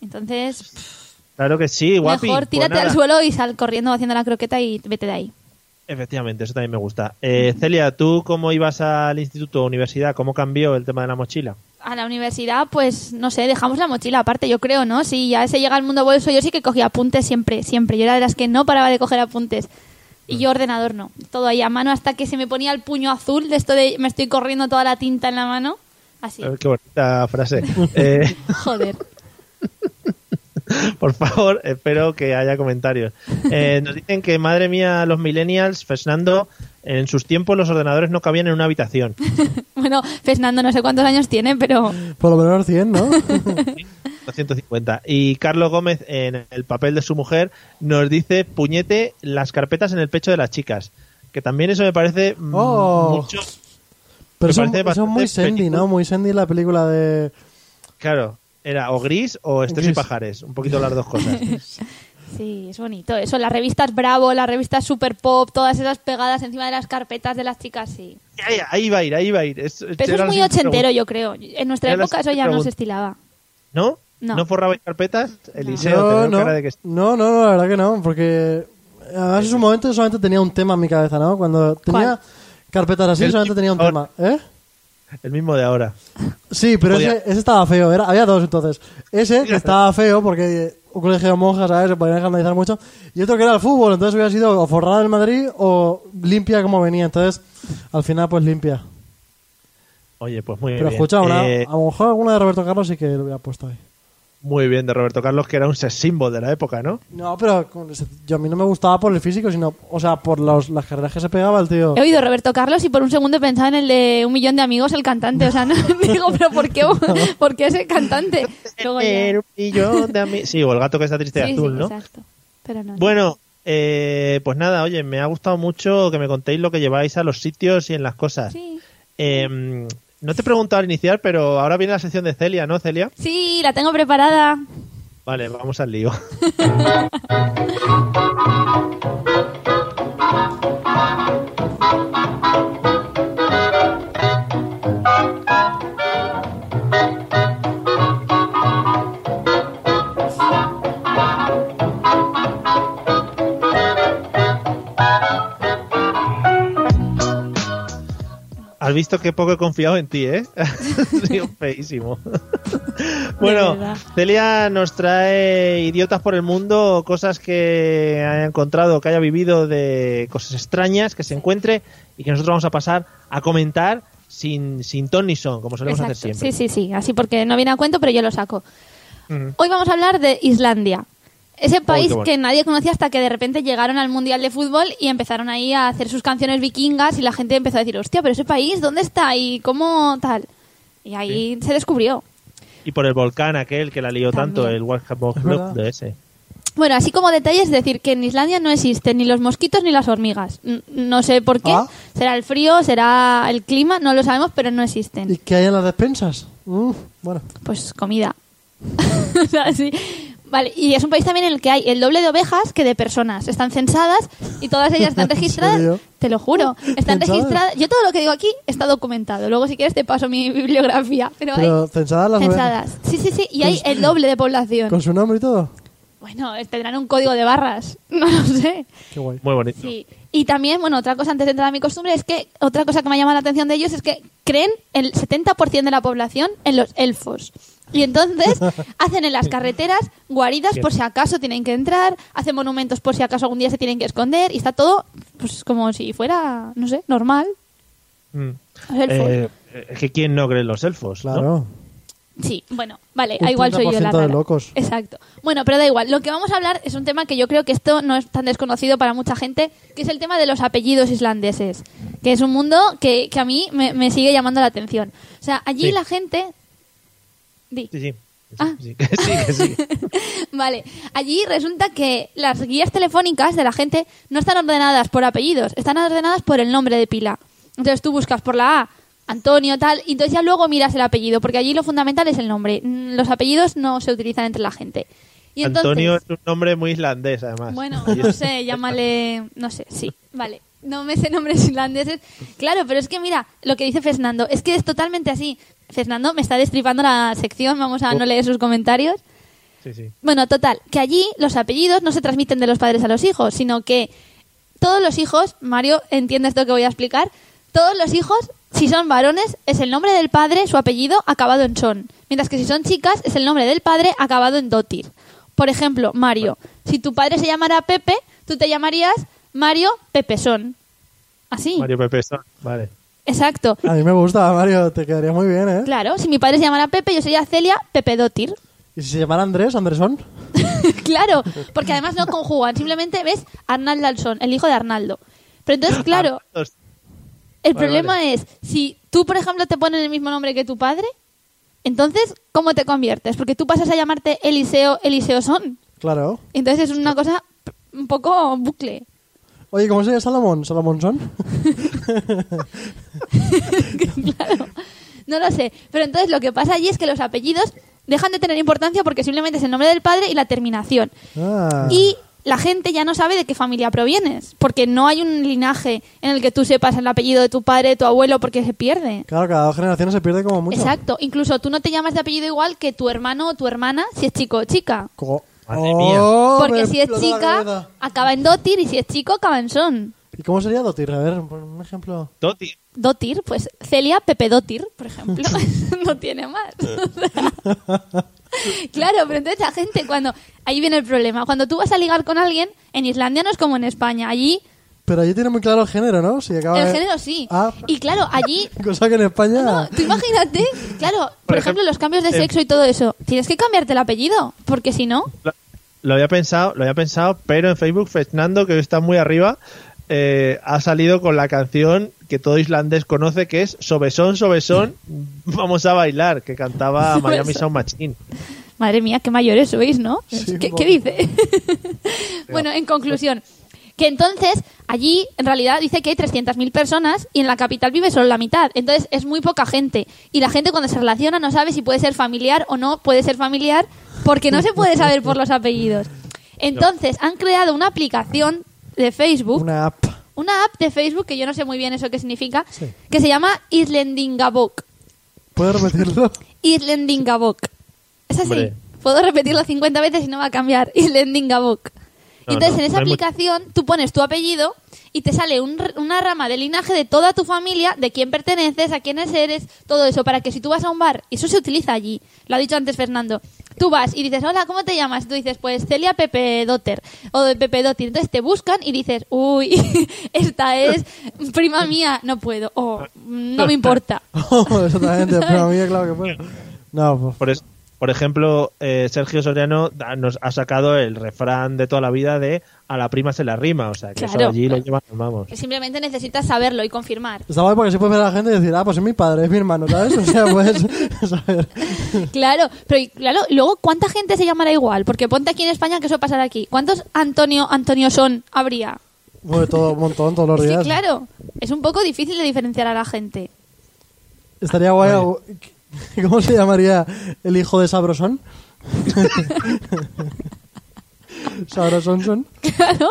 Speaker 2: Entonces, pff,
Speaker 1: claro que sí, guapi.
Speaker 2: mejor
Speaker 1: Pues
Speaker 2: tírate
Speaker 1: nada.
Speaker 2: al suelo y sal corriendo haciendo la croqueta y vete de ahí.
Speaker 1: Efectivamente, eso también me gusta. Eh, Celia, ¿tú cómo ibas al instituto o universidad? ¿Cómo cambió el tema de la mochila?
Speaker 2: A la universidad, pues, no sé, dejamos la mochila aparte, yo creo, ¿no? Si ya se llega al mundo bolso, yo sí que cogía apuntes siempre, siempre. Yo era de las que no paraba de coger apuntes. Y yo ordenador no. Todo ahí a mano hasta que se me ponía el puño azul de esto de me estoy corriendo toda la tinta en la mano. Así.
Speaker 1: A ver, qué bonita frase. Eh,
Speaker 2: Joder.
Speaker 1: Por favor, espero que haya comentarios. Eh, nos dicen que, madre mía, los millennials, Fernando, en sus tiempos los ordenadores no cabían en una habitación.
Speaker 2: Bueno, Fernando no sé cuántos años tiene, pero
Speaker 3: Por lo menos 100, ¿no?
Speaker 1: 250. Y Carlos Gómez, en el papel de su mujer, nos dice puñete las carpetas en el pecho de las chicas. Que también eso me parece mm,
Speaker 3: Oh.
Speaker 1: mucho.
Speaker 3: Pero
Speaker 1: Me
Speaker 3: son,
Speaker 1: parece
Speaker 3: son muy
Speaker 1: bastante
Speaker 3: Sandy, ¿no?
Speaker 1: película.
Speaker 3: Muy Sandy la película de...
Speaker 1: Claro, era o gris o estés y
Speaker 3: Gris.
Speaker 1: pajares. Un poquito las dos cosas.
Speaker 2: sí, es bonito. Eso, las revistas Bravo, las revistas Super Pop, todas esas pegadas encima de las carpetas de las chicas, sí.
Speaker 1: Ahí, ahí va a ir, ahí va a ir. Es,
Speaker 2: Pero eso
Speaker 1: era
Speaker 2: es
Speaker 1: la
Speaker 2: muy
Speaker 1: siguiente
Speaker 2: ochentero,
Speaker 1: pregunta.
Speaker 2: yo creo. En nuestra
Speaker 1: Era la
Speaker 2: época eso
Speaker 1: siguiente
Speaker 2: ya no se
Speaker 1: pregunta.
Speaker 2: estilaba.
Speaker 1: ¿No?
Speaker 2: No.
Speaker 1: ¿No, forrabais carpetas? Eliseo,
Speaker 3: Yo
Speaker 1: tenemos
Speaker 3: no,
Speaker 1: cara de que...
Speaker 3: no, no, no, la verdad que no, porque además en su momento solamente tenía un tema en mi cabeza, ¿no? Cuando tenía
Speaker 2: ¿Cuál?
Speaker 3: carpetas así
Speaker 1: El
Speaker 3: solamente tenía un tema,
Speaker 1: pintor.
Speaker 3: ¿eh?
Speaker 1: El mismo de ahora.
Speaker 3: Sí, pero
Speaker 1: Podía-
Speaker 3: ese, ese estaba feo, era, había dos entonces. Ese que estaba feo porque eh, un colegio de monjas, ¿sabes? Se podían analizar mucho. Y otro que era el fútbol, entonces hubiera sido o forrada del Madrid o limpia como venía, entonces al final pues limpia.
Speaker 1: Oye, pues muy
Speaker 3: Pero
Speaker 1: bien.
Speaker 3: escucha, una-
Speaker 1: Eh,
Speaker 3: a lo mejor alguna de Roberto Carlos sí que lo hubiera puesto ahí.
Speaker 1: Muy bien de Roberto Carlos, que era un sex symbol de la época, ¿no?
Speaker 3: No, pero con ese- yo a mí no me gustaba por el físico, sino, o sea, por los, las carreras que se pegaba el tío.
Speaker 2: He oído Roberto Carlos y por un segundo he pensado en el de un millón de amigos, el cantante. O sea, no, digo, pero ¿por qué, ¿por qué ese cantante? Luego ya-
Speaker 1: Tener Eh, un millón de ami- Sí, o el gato que está triste de
Speaker 2: Sí,
Speaker 1: azul,
Speaker 2: sí,
Speaker 1: ¿no?
Speaker 2: exacto. Pero no.
Speaker 1: Bueno, eh, pues nada, oye, me ha gustado mucho que me contéis lo que lleváis a los sitios y en las cosas.
Speaker 2: Sí.
Speaker 1: Eh, no te he preguntado al iniciar, pero ahora viene la sección de Celia, ¿no, Celia?
Speaker 2: Sí, la tengo preparada.
Speaker 1: Vale, vamos al lío. Has visto que poco he confiado en ti, ¿eh? Ha sido feísimo. Bueno,
Speaker 2: verdad.
Speaker 1: Celia nos trae idiotas por el mundo, cosas que haya encontrado, que haya vivido de cosas extrañas que se encuentre y que nosotros vamos a pasar a comentar sin, sin ton ni son, como solemos
Speaker 2: Exacto.
Speaker 1: hacer
Speaker 2: Sí,
Speaker 1: siempre.
Speaker 2: sí, sí. Así porque no viene a cuento, pero yo lo saco.
Speaker 1: Ujú. Oh,
Speaker 2: Hoy vamos a hablar de Islandia. Ese país
Speaker 1: bueno.
Speaker 2: que nadie conocía hasta que de repente llegaron al Mundial de Fútbol y empezaron ahí a hacer sus canciones vikingas y la gente empezó a decir, hostia, pero ese país, ¿dónde está? ¿Y cómo tal? Y ahí se descubrió.
Speaker 1: Y por el volcán aquel que la lió
Speaker 2: También.
Speaker 1: tanto, el WhatsApp
Speaker 3: Es
Speaker 1: Club
Speaker 3: verdad.
Speaker 1: de ese.
Speaker 2: Bueno, así como detalles, decir que en Islandia no existen ni los mosquitos ni las hormigas. N- No sé por qué.
Speaker 3: Ah.
Speaker 2: Será el frío, será el clima, no lo sabemos, pero no existen.
Speaker 3: ¿Y qué hay en las despensas? Mm, bueno,
Speaker 2: Pues comida. O sea, sí. Vale, y es un país también en el que hay el doble de ovejas que de personas. Están censadas y todas ellas están
Speaker 3: ¿En
Speaker 2: registradas.
Speaker 3: serio?
Speaker 2: Te lo juro. Están
Speaker 3: ¿Censadas?
Speaker 2: registradas. Yo todo lo que digo aquí está documentado. Luego, si quieres, te paso mi bibliografía. Pero,
Speaker 3: pero
Speaker 2: hay
Speaker 3: censadas las
Speaker 2: censadas. Sí, sí, sí. Y hay
Speaker 3: Con-
Speaker 2: el doble de población.
Speaker 3: ¿Con su nombre y todo?
Speaker 2: Bueno, tendrán un código de barras. No lo sé.
Speaker 3: Qué guay.
Speaker 1: Muy bonito.
Speaker 2: Sí. Y también, bueno, otra cosa antes de entrar a mi costumbre es que otra cosa que me ha llamado la atención de ellos es que creen el 70% de la población en los elfos. Y entonces hacen en las carreteras guaridas por si acaso tienen que entrar, hacen monumentos por si acaso algún día se tienen que esconder y está todo pues como si fuera, no sé, normal.
Speaker 1: Mm.
Speaker 2: Los elfos.
Speaker 1: Eh, es que quién no cree en los elfos, ¿no?
Speaker 3: Claro.
Speaker 2: Sí, bueno, vale,
Speaker 3: Un
Speaker 2: da igual soy yo la
Speaker 3: 30% de
Speaker 2: rara.
Speaker 3: locos.
Speaker 2: Exacto. Bueno, pero da igual. Lo que vamos a hablar es un tema que yo creo que esto no es tan desconocido para mucha gente, que es el tema de los apellidos islandeses, que es un mundo que, que a mí me, me sigue llamando la atención. O sea, allí
Speaker 1: Sí.
Speaker 2: la gente... Di.
Speaker 1: Sí, sí.
Speaker 2: Ah.
Speaker 1: Sí, que sí, que sí.
Speaker 2: Vale, allí resulta que las guías telefónicas de la gente no están ordenadas por apellidos, están ordenadas por el nombre de pila. Entonces tú buscas por la A, Antonio, tal, y entonces ya luego miras el apellido, porque allí lo fundamental es el nombre. Mm, Los apellidos no se utilizan entre la gente. Y entonces,
Speaker 1: Antonio es un nombre muy islandés, además.
Speaker 2: Bueno,
Speaker 1: Y
Speaker 2: no
Speaker 1: es-
Speaker 2: sé, llámale, no sé, sí, vale. No me sé nombres islandeses. Claro, pero es que mira, lo que dice Fernando, es que es totalmente así. Fernando me está destripando la sección, vamos
Speaker 1: Oh.
Speaker 2: a no leer sus comentarios.
Speaker 1: Sí, sí.
Speaker 2: Bueno, total, que allí los apellidos no se transmiten de los padres a los hijos, sino que todos los hijos, Mario, entiende esto que voy a explicar, todos los hijos, si son varones, es el nombre del padre, su apellido, acabado en son. Mientras que si son chicas, es el nombre del padre, acabado en dotir. Por ejemplo, Mario, si tu padre se llamara Pepe, tú te llamarías Mario Pepesón. Así.
Speaker 1: Mario Pepe Sol, vale.
Speaker 2: Exacto.
Speaker 3: A mí me gusta, Mario, te quedaría muy bien, ¿eh?
Speaker 2: Claro, si mi padre se llamara Pepe, yo sería Celia Pepe Dotir.
Speaker 3: ¿Y si se llamara Andrés, Andresón?
Speaker 2: claro, porque además no conjugan, simplemente ves Arnaldo Alsón, el hijo de Arnaldo. Pero entonces, claro,
Speaker 1: pues,
Speaker 2: el
Speaker 1: Ah, Vale,
Speaker 2: problema
Speaker 1: vale.
Speaker 2: es, si tú, por ejemplo, te ponen el mismo nombre que tu padre, entonces, ¿cómo te conviertes? Porque tú pasas a llamarte Eliseo Eliseo Son.
Speaker 3: Claro.
Speaker 2: Entonces es una cosa p- un poco bucle.
Speaker 3: Oye, ¿cómo se llama Salomón? ¿Salamonson?
Speaker 2: claro. No lo sé. Pero entonces lo que pasa allí es que los apellidos dejan de tener importancia porque simplemente es el nombre del padre y la terminación.
Speaker 3: Ah.
Speaker 2: Y la gente ya no sabe de qué familia provienes, porque no hay un linaje en el que tú sepas el apellido de tu padre, tu abuelo, porque se pierde.
Speaker 3: Claro, cada dos generaciones se pierde como mucho.
Speaker 2: Exacto. Incluso tú no te llamas de apellido igual que tu hermano o tu hermana si es chico o chica.
Speaker 3: Co-
Speaker 1: Madre mía.
Speaker 3: Oh, me
Speaker 2: Porque si es
Speaker 3: explotó la
Speaker 2: chica,
Speaker 3: cabeza.
Speaker 2: acaba en dotir y si es chico, acaba en son.
Speaker 3: ¿Y cómo sería Dotir? A ver, por un ejemplo.
Speaker 1: Toti.
Speaker 2: Dotir, pues Celia Pepe Dotir, por ejemplo, no tiene más. claro, pero entonces la gente cuando... Ahí viene el problema. Cuando tú vas a ligar con alguien, en Islandia no es como en España. Allí
Speaker 3: Pero allí tiene muy claro el género, ¿no? Si acaba
Speaker 2: el
Speaker 3: de-
Speaker 2: género sí.
Speaker 3: Ah.
Speaker 2: Y claro, allí...
Speaker 3: Cosa que en España.
Speaker 2: No, tú imagínate, claro,
Speaker 1: Por
Speaker 2: por, ejemplo,
Speaker 1: ejemplo,
Speaker 2: los cambios de
Speaker 1: eh,
Speaker 2: sexo y todo eso. Tienes que cambiarte el apellido, porque si no...
Speaker 1: Lo- Lo había pensado, lo había pensado, pero en Facebook Fernando, que está muy arriba, eh, ha salido con la canción que todo islandés conoce, que es Sobesón, Sobesón, vamos a bailar, que cantaba Miami
Speaker 2: Sobesón.
Speaker 1: Sound Machine.
Speaker 2: Madre mía, qué mayores sois, ¿no?
Speaker 3: Sí,
Speaker 2: ¿Qué,
Speaker 3: un
Speaker 2: qué
Speaker 3: poco.
Speaker 2: dice? bueno, en conclusión, que entonces allí en realidad dice que hay 300.000 personas y en la capital vive solo la mitad. Entonces es muy poca gente. Y la gente cuando se relaciona no sabe si puede ser familiar o no puede ser familiar porque no se puede saber por los apellidos. Entonces han creado una aplicación de Facebook, una,
Speaker 3: Una app.
Speaker 2: app de Facebook que yo no sé muy bien eso qué significa, que se llama Islendingabok.
Speaker 3: ¿Puedes repetirlo?
Speaker 2: Islendingabok. Es así.
Speaker 1: Hombre.
Speaker 2: Puedo repetirlo 50 veces y no va a cambiar. Islendingabok.
Speaker 1: No, no,
Speaker 2: Entonces, en esa
Speaker 1: no hay mucho.
Speaker 2: aplicación, tú pones tu apellido y te sale un r- una rama de linaje de toda tu familia, de quién perteneces, a quiénes eres, todo eso, para que si tú vas a un bar, y eso se utiliza allí, lo ha dicho antes Fernando, tú vas y dices, hola, ¿cómo te llamas? Tú dices, pues Celia Pepe Dotter o de Pepe Dotter. Entonces te buscan y dices, uy, esta es prima mía, no puedo, o no me importa.
Speaker 3: Exactamente, pero a mí, claro que puedo. No, pues.
Speaker 1: Por, es- por ejemplo, eh, Sergio Soriano da- nos ha sacado el refrán de toda la vida de a la prima se la rima, o sea, que
Speaker 2: Claro.
Speaker 1: eso allí lo llevan, vamos.
Speaker 2: Simplemente necesitas saberlo y confirmar.
Speaker 3: Está guay porque así puedes ver a la gente y decir, ah, pues es mi padre, es mi hermano, ¿sabes? O sea, puedes saber.
Speaker 2: Claro, pero y- claro, luego cuánta gente se llamará igual, porque ponte aquí en España que eso pasará aquí. ¿Cuántos Antonio Antonio son habría?
Speaker 3: Bueno, todo un montón, todos los
Speaker 2: Es
Speaker 3: días.
Speaker 2: que claro, es un poco difícil de diferenciar a la gente.
Speaker 3: Estaría guay. algo- ¿Cómo se llamaría el hijo de Sabrosón? Sabrosonson,
Speaker 2: Claro,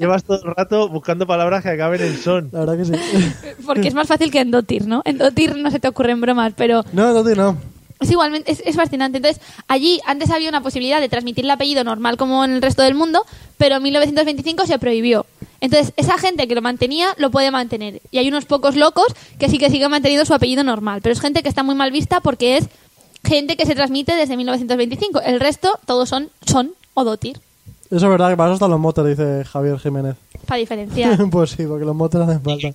Speaker 1: Llevas todo el rato buscando palabras que acaben en son.
Speaker 3: la verdad que sí.
Speaker 2: porque es más fácil que en Dotir, ¿no? En Dotir no se te ocurren bromas, pero
Speaker 3: No, Toti, no.
Speaker 2: es igualmente es, es fascinante. Entonces, allí antes había una posibilidad de transmitir el apellido normal como en el resto del mundo, pero en 1925 se prohibió. Entonces, esa gente que lo mantenía lo puede mantener. Y hay unos pocos locos que sí que siguen manteniendo su apellido normal, pero es gente que está muy mal vista porque es gente que se transmite desde 1925. El resto, todos son son o dotir,
Speaker 3: Eso es verdad que para eso están los motes, dice Javier Jiménez.
Speaker 2: para diferenciar.
Speaker 3: pues sí, porque los motes hacen falta.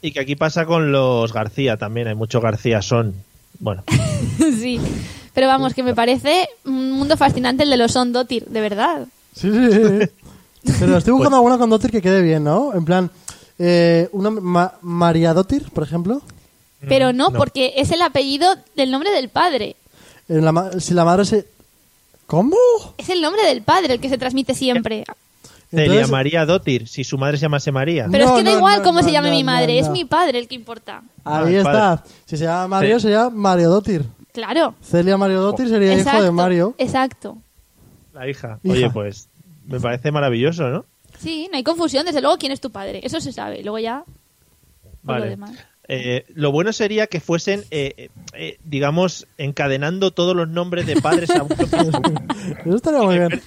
Speaker 1: Y que aquí pasa con los García también, hay mucho García son. Bueno,
Speaker 2: sí. Pero vamos, que me parece un mundo fascinante el de los son dotir, de verdad.
Speaker 3: Sí, sí, sí. Pero estoy buscando
Speaker 1: Pues
Speaker 3: alguna con Dotir que quede bien, ¿no? En plan, eh, una ma- María Dotir, por ejemplo.
Speaker 2: Pero no,
Speaker 1: no.
Speaker 2: porque es el apellido del nombre del padre.
Speaker 3: En la ma- si la madre se... ¿Cómo?
Speaker 2: Es el nombre del padre el que se transmite siempre.
Speaker 1: Celia
Speaker 3: Entonces-
Speaker 1: María Dotir, si su madre se llamase María.
Speaker 2: Pero
Speaker 3: No,
Speaker 2: es que da
Speaker 3: no,
Speaker 2: igual
Speaker 3: no,
Speaker 2: cómo
Speaker 3: no,
Speaker 2: se llame
Speaker 3: no,
Speaker 2: mi
Speaker 3: no,
Speaker 2: madre, es
Speaker 3: no.
Speaker 2: mi padre el que importa.
Speaker 3: Ahí
Speaker 1: Ah, el
Speaker 3: está.
Speaker 1: padre.
Speaker 3: Si se llama Mario,
Speaker 1: Sí.
Speaker 3: se llama Mario Dotir.
Speaker 2: Claro.
Speaker 3: Celia Mario Dotir sería hijo de Mario.
Speaker 2: Exacto.
Speaker 1: La hija.
Speaker 3: Hija.
Speaker 1: Oye, pues me parece maravilloso, ¿no?
Speaker 2: Sí, no hay confusión, desde luego quién es tu padre, eso se sabe. Luego ya por lo
Speaker 1: Vale.
Speaker 2: demás.
Speaker 1: Eh, lo bueno sería que fuesen, eh, eh, eh, digamos, encadenando todos los nombres de padres a abuelos.
Speaker 3: Eso estaría muy bien.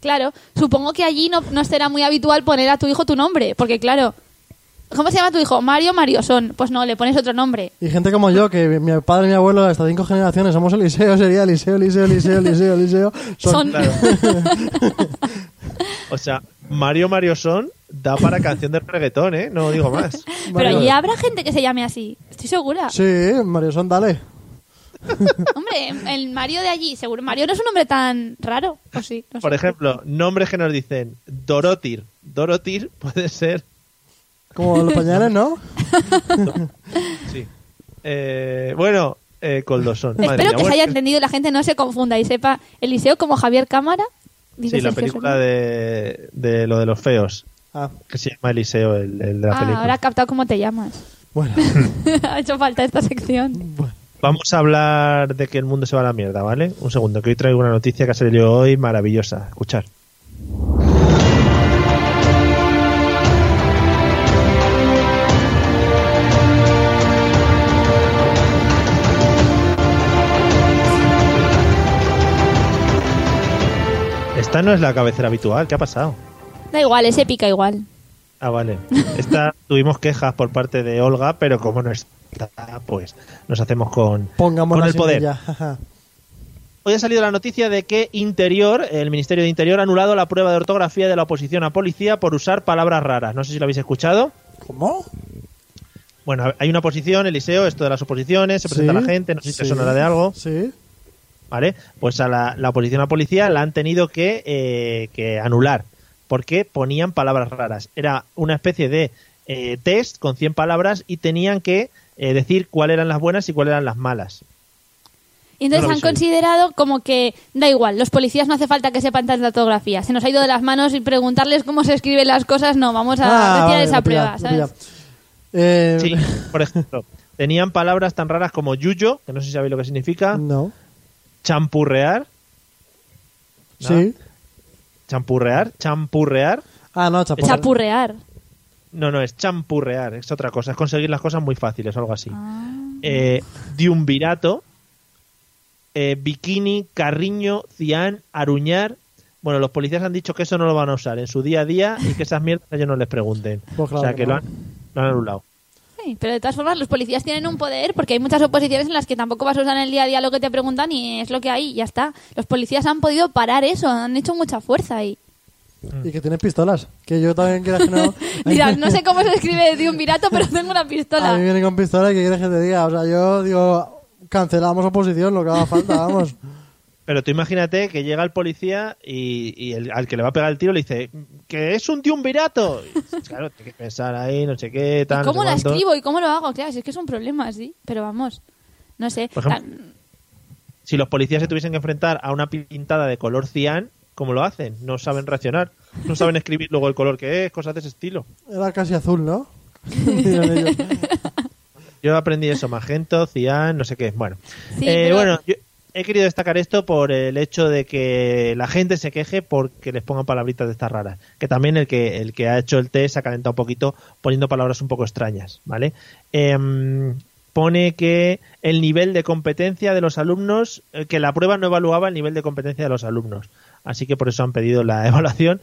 Speaker 2: Claro, supongo que allí no, no será muy habitual poner a tu hijo tu nombre, porque claro, ¿cómo se llama tu hijo? Mario Mariosón. Pues no, le pones otro nombre.
Speaker 3: Y gente como yo, que mi padre y mi abuelo, hasta cinco generaciones, somos Eliseo, sería Eliseo, Eliseo, Eliseo, Eliseo, Eliseo.
Speaker 2: Son,
Speaker 1: Claro. O sea, Mario Mario Son da para canción de reggaetón, ¿eh? No digo más.
Speaker 2: Pero
Speaker 3: Mario.
Speaker 2: allí habrá gente que se llame así, estoy segura.
Speaker 3: Sí, Mario Son, dale.
Speaker 2: Hombre, el Mario de allí, seguro. Mario no es un hombre tan raro. O sí, no sé.
Speaker 1: Por ejemplo, nombres que nos dicen Dorotir. Dorotir puede ser.
Speaker 3: Como los pañales, ¿no?
Speaker 1: Sí. Eh, bueno, eh, Coldosón. Madre
Speaker 2: Espero
Speaker 1: mía,
Speaker 2: que se
Speaker 1: bueno,
Speaker 2: haya
Speaker 1: es-
Speaker 2: entendido y la gente no se confunda y sepa Eliseo como Javier Cámara. dice
Speaker 1: Sí, la
Speaker 2: Sergio
Speaker 1: película
Speaker 2: Fernández.
Speaker 1: de, de lo de los feos.
Speaker 3: Ah,
Speaker 1: Que se llama Eliseo, el, el de la
Speaker 2: ah,
Speaker 1: película.
Speaker 2: ahora ha captado cómo te llamas.
Speaker 3: bueno.
Speaker 2: ha hecho falta esta sección.
Speaker 3: bueno.
Speaker 1: Vamos a hablar de que el mundo se va a la mierda, ¿vale? Un segundo, que hoy traigo una noticia que ha salido hoy maravillosa. Escuchar. Esta no es la cabecera habitual, ¿qué ha pasado?
Speaker 2: Da igual, es épica igual.
Speaker 1: Ah, vale. Esta tuvimos quejas por parte de Olga, pero como no está, pues nos hacemos con,
Speaker 3: Pongamos
Speaker 1: con el
Speaker 3: sin
Speaker 1: poder.
Speaker 3: ella, jaja.
Speaker 1: Hoy ha salido la noticia de que Interior, el Ministerio de Interior, ha anulado la prueba de ortografía de la oposición a policía por usar palabras raras. No sé si lo habéis escuchado.
Speaker 3: ¿Cómo?
Speaker 1: Bueno, hay una oposición, Eliseo, esto de las oposiciones, se presenta
Speaker 3: Sí,
Speaker 1: la gente, no sé si te
Speaker 3: sí,
Speaker 1: sonará de algo,
Speaker 3: Sí.
Speaker 1: ¿vale? Pues a la, la oposición a policía la han tenido que, eh, que anular porque ponían palabras raras. Era una especie de eh, test con 100 palabras y tenían que eh, decir cuáles eran las buenas y cuáles eran las malas.
Speaker 2: Y
Speaker 1: No
Speaker 2: entonces
Speaker 1: lo
Speaker 2: han
Speaker 1: habéis oído.
Speaker 2: considerado como que da igual, los policías no hace falta que sepan tanta ortografía. Se nos ha ido de las manos y preguntarles cómo se escriben las cosas, no, vamos a
Speaker 3: Ah,
Speaker 2: retirar
Speaker 3: vale,
Speaker 2: esa
Speaker 3: lo pilla,
Speaker 2: prueba,
Speaker 3: lo
Speaker 2: ¿sabes?
Speaker 3: pilla. Eh,
Speaker 1: Sí, por ejemplo, tenían palabras tan raras como yuyo, que no sé si sabéis lo que significa,
Speaker 3: No.
Speaker 1: champurrear, No.
Speaker 3: Sí.
Speaker 1: champurrear, champurrear.
Speaker 3: Ah, no, chapurre.
Speaker 2: Chapurrear.
Speaker 1: No, no, es champurrear, es otra cosa, es conseguir las cosas muy fáciles o algo así.
Speaker 3: Ah.
Speaker 1: Eh, diumbirato, eh, bikini, carriño, cian, aruñar. Bueno, los policías han dicho que eso no lo van a usar en su día a día y que esas mierdas ellos no les pregunten.
Speaker 3: Pues claro
Speaker 1: o sea,
Speaker 3: que
Speaker 1: que
Speaker 3: no.
Speaker 1: lo, han, lo han anulado.
Speaker 2: Sí, pero de todas formas los policías tienen un poder porque hay muchas oposiciones en las que tampoco vas a usar en el día a día lo que te preguntan y es lo que hay, y ya está. Los policías han podido parar eso, han hecho mucha fuerza ahí.
Speaker 3: Y que tienes pistolas. Que yo también quieras que no.
Speaker 2: Dirán, no sé cómo se escribe de un virato, pero tengo una
Speaker 3: A mí
Speaker 2: pistola.
Speaker 3: viene con pistola y que quieres que te diga. O sea, yo digo, cancelamos oposición, lo que haga falta, vamos.
Speaker 1: Pero tú imagínate que llega el policía y, y el- al que le va a pegar el tiro le dice que es un diumbirato. Y, claro, tiene que pensar ahí, no sé qué,
Speaker 2: ¿Y
Speaker 1: tal. no
Speaker 2: ¿Cómo
Speaker 1: sé
Speaker 2: la
Speaker 1: cuánto.
Speaker 2: escribo y cómo lo hago? Claro, si es que es un problema, sí, pero vamos. No sé.
Speaker 1: Por ejemplo,
Speaker 2: Tan-
Speaker 1: Si los policías se tuviesen que enfrentar a una pintada de color cian, ¿cómo lo hacen? No saben reaccionar, no saben escribir luego el color que es, cosas de ese estilo.
Speaker 3: Era casi azul, ¿no? Dijeron ellos.
Speaker 1: Yo aprendí eso, magento, cian, no sé qué. Bueno,
Speaker 2: Sí,
Speaker 1: Eh,
Speaker 2: pero-
Speaker 1: bueno yo he querido destacar esto por el hecho de que la gente se queje porque les pongan palabritas de estas raras. Que también el que, el que ha hecho el test se ha calentado un poquito poniendo palabras un poco extrañas, ¿vale? Em, pone que el nivel de competencia de los alumnos, eh, que la prueba no evaluaba el nivel de competencia de los alumnos. Así que por eso han pedido la evaluación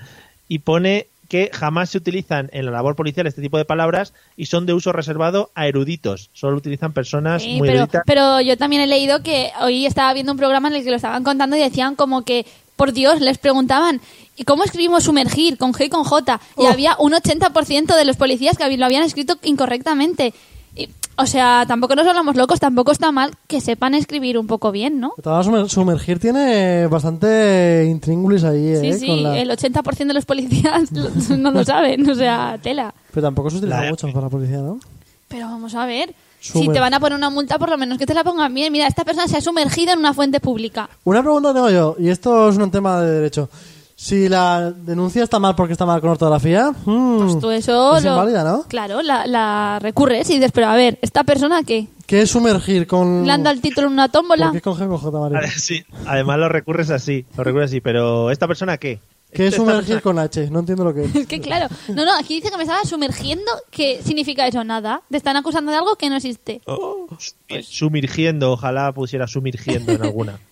Speaker 1: y pone que jamás se utilizan en la labor policial este tipo de palabras y son de uso reservado a eruditos. Solo lo utilizan personas
Speaker 2: Sí,
Speaker 1: muy
Speaker 2: pero,
Speaker 1: eruditas.
Speaker 2: pero yo también he leído que hoy estaba viendo un programa en el que lo estaban contando y decían como que, por Dios, les preguntaban, ¿y cómo escribimos sumergir con G y con J? Y había un 80% de los policías que habi- lo habían escrito incorrectamente. Y, o sea, tampoco nos hablamos locos, tampoco está mal que sepan escribir un poco bien, ¿no?
Speaker 3: Te vas a sumer- sumergir tiene bastante intríngulis ahí, ¿eh?
Speaker 2: Sí, sí,
Speaker 3: Con la-
Speaker 2: el 80% de los policías lo- no lo saben, o sea, tela.
Speaker 3: Pero tampoco se utiliza
Speaker 1: La-
Speaker 3: mucho para la policía, ¿no?
Speaker 2: Pero vamos a ver, si
Speaker 3: Sumer-
Speaker 2: te van a poner una multa, por lo menos que te la pongan bien. Mira, esta persona se ha sumergido en una fuente pública.
Speaker 3: Una pregunta tengo yo, y esto es un tema de derecho. Si la denuncia está mal porque está mal con ortografía, mm,
Speaker 2: Pues Tú eso
Speaker 3: es
Speaker 2: lo-
Speaker 3: inválida, ¿no?
Speaker 2: Claro, la, la recurres y dices, pero a ver, ¿esta persona qué?
Speaker 3: ¿Qué es sumergir con...?
Speaker 1: Mm.
Speaker 2: ¿Le han dado el título en una
Speaker 3: ¿Por
Speaker 2: tómbola?
Speaker 3: qué con G con J, María?
Speaker 1: Ah, sí. Además lo recurres así, lo recurres así, pero ¿esta persona qué?
Speaker 3: ¿Qué es
Speaker 1: Esta
Speaker 3: sumergir
Speaker 1: persona-
Speaker 3: con H? No entiendo lo que es.
Speaker 2: Es que claro, no, no, aquí dice que me estaba sumergiendo, ¿qué significa eso? Nada, te están acusando de algo que no existe.
Speaker 1: Oh, sumir- sumirgiendo, ojalá pusiera sumirgiendo en alguna.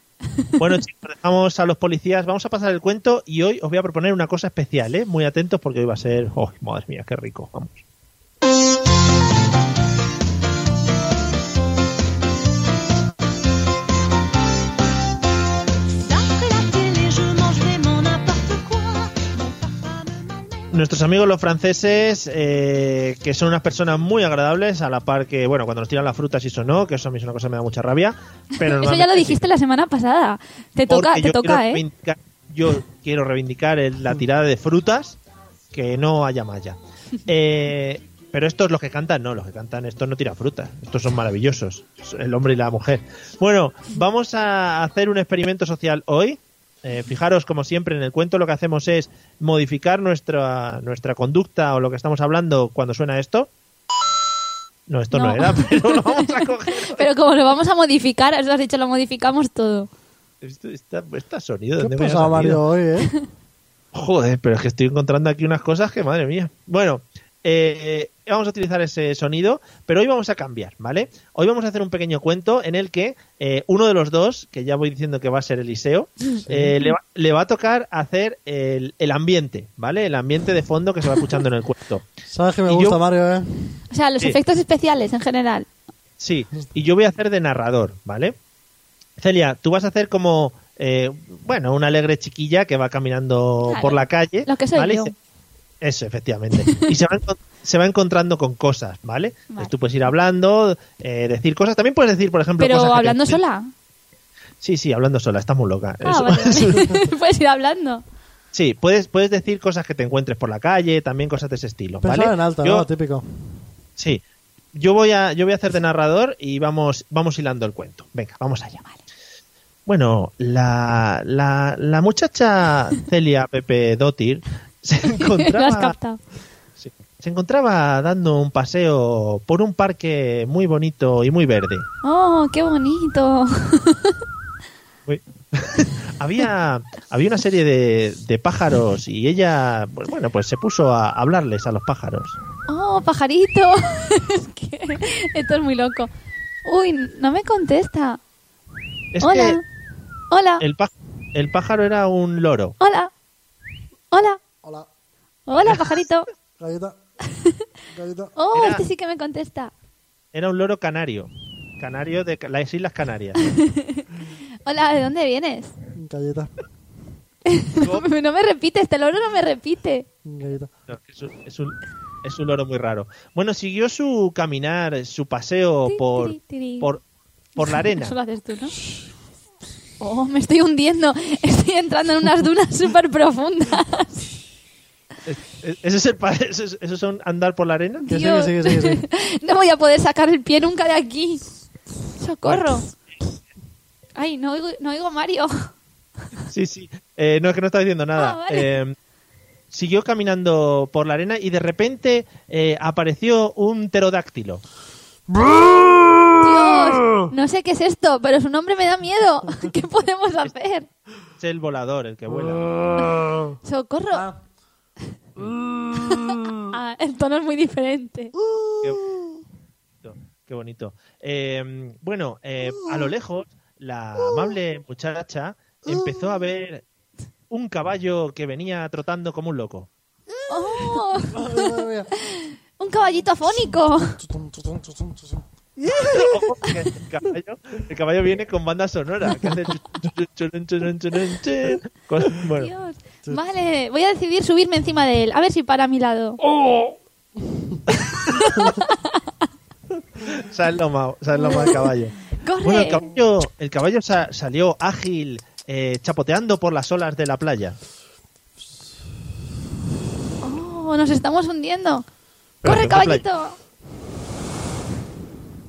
Speaker 1: Bueno, chicos, dejamos a los policías, vamos a pasar el cuento y hoy os voy a proponer una cosa especial, ¿eh? Muy atentos porque hoy va a ser, oh, madre mía, qué rico, vamos. Nuestros amigos los franceses, eh, que son unas personas muy agradables, a la par que, bueno, cuando nos tiran las frutas y eso no, que eso a mí es una cosa que me da mucha rabia. Pero
Speaker 2: Eso ya lo
Speaker 1: normalmente sí.
Speaker 2: dijiste la semana pasada. Te toca,
Speaker 1: Porque
Speaker 2: te
Speaker 1: yo quiero
Speaker 2: toca, ¿eh? Mm.
Speaker 1: reivindicar- yo quiero reivindicar el- la tirada de frutas, que no haya malla. Eh, pero estos, los que cantan, no, los que cantan, estos no tiran frutas. Estos son maravillosos, el hombre y la mujer. Bueno, vamos a hacer un experimento social hoy. Eh, fijaros, como siempre, en el cuento lo que hacemos es modificar nuestra, nuestra conducta o lo que estamos hablando cuando suena esto. No, esto no,
Speaker 2: No.
Speaker 1: era, pero lo vamos a coger.
Speaker 2: Pero como lo vamos a modificar, eso has dicho, lo modificamos todo.
Speaker 1: Esto, está, está sonido,
Speaker 3: ¿Qué
Speaker 1: ¿dónde me ha
Speaker 3: pasaba
Speaker 1: salido?
Speaker 3: Mario hoy, eh?
Speaker 1: Joder, pero es que estoy encontrando aquí unas cosas que madre mía. Bueno, eh, vamos a utilizar ese sonido, pero hoy vamos a cambiar, ¿vale? Hoy vamos a hacer un pequeño cuento en el que eh, uno de los dos, que ya voy diciendo que va a ser Eliseo, eh, le, va, le va a tocar hacer el, el ambiente, ¿vale? El ambiente de fondo que se va escuchando en el cuento.
Speaker 3: Sabes que me
Speaker 1: Y
Speaker 3: gusta
Speaker 1: yo-
Speaker 3: Mario, eh.
Speaker 2: O sea, los
Speaker 1: Sí.
Speaker 2: efectos especiales en general.
Speaker 1: Sí, y yo voy a hacer de narrador, ¿vale? Celia, tú vas a hacer como, eh, bueno, una alegre chiquilla que va caminando
Speaker 2: Claro,
Speaker 1: por la calle.
Speaker 2: lo que soy
Speaker 1: ¿vale? Y
Speaker 2: yo.
Speaker 1: se- Eso, efectivamente. Y se va, encon- se va encontrando con cosas, ¿vale?
Speaker 2: Vale.
Speaker 1: Tú puedes ir hablando, eh, decir cosas. También puedes decir, por ejemplo,
Speaker 2: Pero
Speaker 1: cosas que te-
Speaker 2: hablando sola.
Speaker 1: Sí, sí, hablando sola, está muy loca.
Speaker 2: Ah,
Speaker 1: Eso-
Speaker 2: vale, vale. Puedes ir hablando.
Speaker 1: Sí, puedes, puedes decir cosas que te encuentres por la calle, también cosas de ese estilo,
Speaker 3: Pensaba
Speaker 1: ¿vale?
Speaker 3: en alta,
Speaker 1: Yo-
Speaker 3: ¿no? Típico.
Speaker 1: Sí. Yo voy a, yo voy a hacer de narrador y vamos, vamos hilando el cuento. Venga, vamos allá. Bueno, la, la, la muchacha Celia Pepe Dótir se
Speaker 2: lo has
Speaker 1: encontraba,
Speaker 2: captado.
Speaker 1: sí, se encontraba dando un paseo por un parque muy bonito y muy verde.
Speaker 2: Oh, qué bonito.
Speaker 1: Uy. había, había una serie de, de pájaros y ella, pues, bueno, pues se puso a hablarles a los pájaros.
Speaker 2: Oh, pajarito. es que esto es muy loco. Uy, no me contesta.
Speaker 1: Es
Speaker 2: Hola. Hola.
Speaker 1: que el, pá- el pájaro era un loro.
Speaker 2: Hola. Hola.
Speaker 3: Hola,
Speaker 2: Hola, pajarito.
Speaker 3: galleta. Galleta.
Speaker 2: Oh,
Speaker 1: Era-
Speaker 2: este sí que me contesta.
Speaker 1: Era un loro canario. Canario de ca- las Islas Canarias.
Speaker 2: Hola, ¿de dónde vienes?
Speaker 3: Galleta.
Speaker 2: no me repite, este loro no me repite.
Speaker 3: Galleta.
Speaker 1: No, es, un, es un- es un loro muy raro. Bueno, siguió su caminar, su paseo
Speaker 2: Ti,
Speaker 1: por,
Speaker 2: tiri, tiri.
Speaker 1: por, por la arena.
Speaker 2: Eso lo haces tú, ¿no? Oh, me estoy hundiendo. Estoy entrando en unas dunas súper profundas.
Speaker 1: Es- es- ¿Eso es, el pa- eso es- eso son andar por la arena?
Speaker 3: Que sí, que
Speaker 2: Dios.
Speaker 3: sí, que sí, que sí.
Speaker 2: No voy a poder sacar el pie nunca de aquí. ¡Socorro! Ay, no oigo, no oigo a Mario.
Speaker 1: Sí, sí. Eh, no, es que no estaba diciendo nada.
Speaker 2: Ah, vale.
Speaker 1: Eh, siguió caminando por la arena y de repente eh, apareció un pterodáctilo.
Speaker 2: Dios, no sé qué es esto, pero su nombre me da miedo. ¿Qué podemos hacer?
Speaker 1: Es el volador, el que vuela.
Speaker 2: ¡Socorro! Ah, el tono es muy diferente.
Speaker 1: Qué
Speaker 2: ¡Uh!
Speaker 1: bonito. qué bonito. Eh, bueno, eh, a
Speaker 2: ¡Uh!
Speaker 1: lo lejos, la amable muchacha empezó a ver un caballo que venía trotando como un loco.
Speaker 2: ¡Oh!
Speaker 3: Ay, madre mía.
Speaker 2: ¡Un caballito afónico!
Speaker 3: Tutum, tutum, tutum, tutum.
Speaker 1: Ojo, que El caballo, el caballo viene con banda sonora. que hace chu- chu- chu- churun, churun, churun, chin. Con- bueno,
Speaker 2: Dios. Vale, voy a decidir subirme encima de él. A ver si para a mi lado.
Speaker 1: se ha enlomado, se ha enlomado el caballo.
Speaker 2: ¡Corre!
Speaker 1: Bueno, el caballo, el caballo sa- salió ágil, eh, chapoteando por las olas de la playa.
Speaker 2: Oh, nos estamos hundiendo.
Speaker 1: Pero
Speaker 2: ¡Corre,
Speaker 1: que no te
Speaker 2: caballito!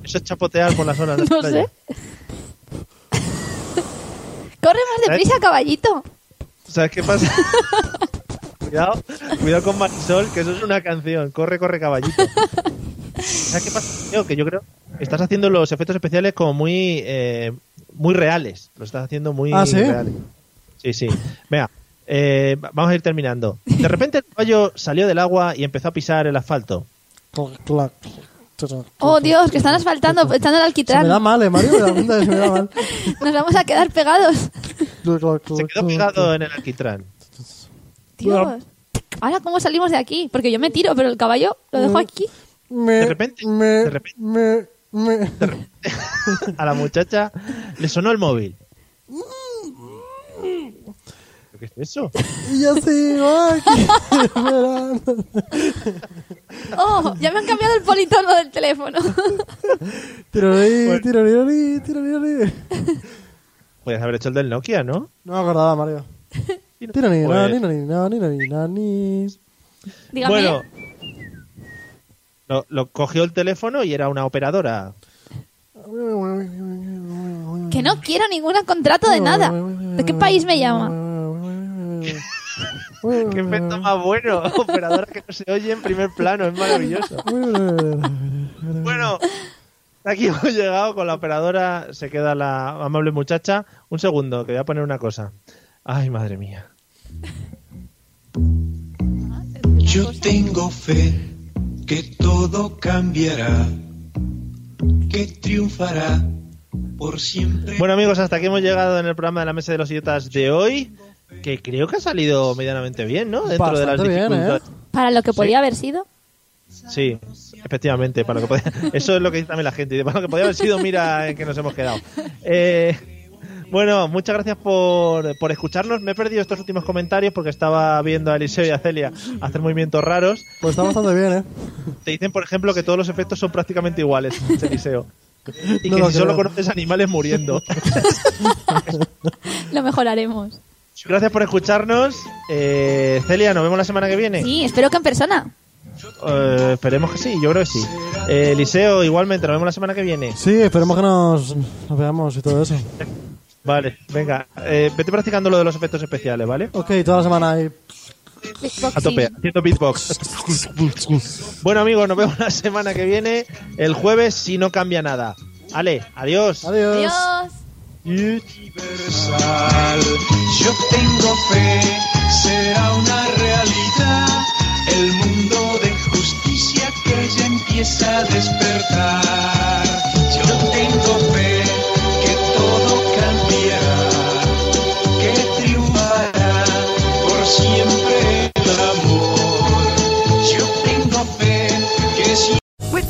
Speaker 1: Eso es chapotear por las olas de la
Speaker 2: No
Speaker 1: playa.
Speaker 2: sé. ¡Corre más deprisa, caballito!
Speaker 1: ¿Sabes qué pasa? cuidado, cuidado con Marisol, que eso es una canción. Corre, corre, caballito. ¿Sabes qué pasa? Tío? que yo creo que estás haciendo los efectos especiales como muy, eh, muy reales. Lo estás haciendo muy
Speaker 3: Ah, ¿sí?
Speaker 1: reales. Sí, sí. Venga, eh, va- vamos a ir terminando. De repente el caballo salió del agua y empezó a pisar el asfalto.
Speaker 3: Clac, clac, clac,
Speaker 2: ¡Oh,
Speaker 3: clac.
Speaker 2: Dios, que están asfaltando, echando el
Speaker 3: Se me da
Speaker 2: alquitrán!
Speaker 3: mal, eh, Mario. Me da cuenta que se me da mal.
Speaker 2: Nos vamos a quedar pegados.
Speaker 3: Clac, clac, clac,
Speaker 1: Se quedó
Speaker 3: clac,
Speaker 1: pegado en el alquitrán.
Speaker 2: Dios. Ahora, ¿cómo salimos de aquí? Porque yo me tiro, pero el caballo lo dejo aquí.
Speaker 3: Me,
Speaker 1: De repente,
Speaker 3: me,
Speaker 1: de repente.
Speaker 3: me, me- Mm.
Speaker 1: A la muchacha le sonó el móvil. ¿Qué es eso?
Speaker 3: Y yo sigo aquí esperando.
Speaker 2: ¡Oh! Ya me han cambiado el politono del teléfono.
Speaker 3: Tirolí,
Speaker 1: Bueno.
Speaker 3: tirolí, tirolí.
Speaker 1: Podrías haber hecho el del Nokia, ¿no?
Speaker 3: No me acordaba, Mario. Tirolí, no,
Speaker 1: Pues-
Speaker 3: ni, no, ni, no, ni, no, ni, no, ni.
Speaker 2: Dígame.
Speaker 1: Bueno, lo, lo cogió el teléfono y era una operadora.
Speaker 2: Que no quiero ningún contrato de nada. ¿De qué país me llama?
Speaker 1: Qué efecto más bueno. Operadora que no se oye en primer plano, es maravilloso. Bueno, hasta aquí hemos llegado con la operadora. Se queda la amable muchacha. Un segundo, que voy a poner una cosa. Ay, madre mía.
Speaker 5: Yo tengo fe que todo cambiará, que triunfará por siempre.
Speaker 1: Bueno, amigos, hasta aquí hemos llegado en el programa de la Mesa de los Idiotas de hoy. Que creo que ha salido medianamente bien, ¿no? Dentro de las
Speaker 3: Bastante bien, ¿eh?
Speaker 1: dificultades.
Speaker 2: Para lo que podía haber sido.
Speaker 1: Sí, efectivamente, para lo que podía- eso es lo que dice también la gente, dice, para lo que podía haber sido, mira en que nos hemos quedado. Eh, bueno, muchas gracias por, por escucharnos. Me he perdido estos últimos comentarios porque estaba viendo a Eliseo y a Celia hacer movimientos raros.
Speaker 3: Pues está bastante bien, ¿eh?
Speaker 1: Te dicen, por ejemplo, que todos los efectos son prácticamente iguales, Eliseo. Y
Speaker 3: No
Speaker 1: que
Speaker 3: lo
Speaker 1: si solo
Speaker 3: creo.
Speaker 1: conoces animales muriendo.
Speaker 2: Lo mejoraremos.
Speaker 1: Gracias por escucharnos. Eh, Celia, nos vemos la semana que viene.
Speaker 2: Sí, espero que en persona.
Speaker 1: Eh, esperemos que sí, yo creo que sí. Eh, Eliseo, igualmente, nos vemos la semana que viene.
Speaker 3: Sí, esperemos que nos, nos veamos y todo eso.
Speaker 1: Vale, venga, eh, vete practicando lo de los efectos especiales, ¿vale?
Speaker 3: Ok, toda la semana ahí.
Speaker 1: A tope, haciendo beatbox. bueno, amigos, nos vemos la semana que viene, el jueves, si no cambia nada. Ale, adiós.
Speaker 2: Adiós.
Speaker 1: Y-
Speaker 5: universal. Yo tengo fe, será una realidad. El mundo de justicia que ya empieza a despertar. Yo tengo fe que todo cambiará, que triunfará por siempre el amor. Yo tengo fe que si
Speaker 6: With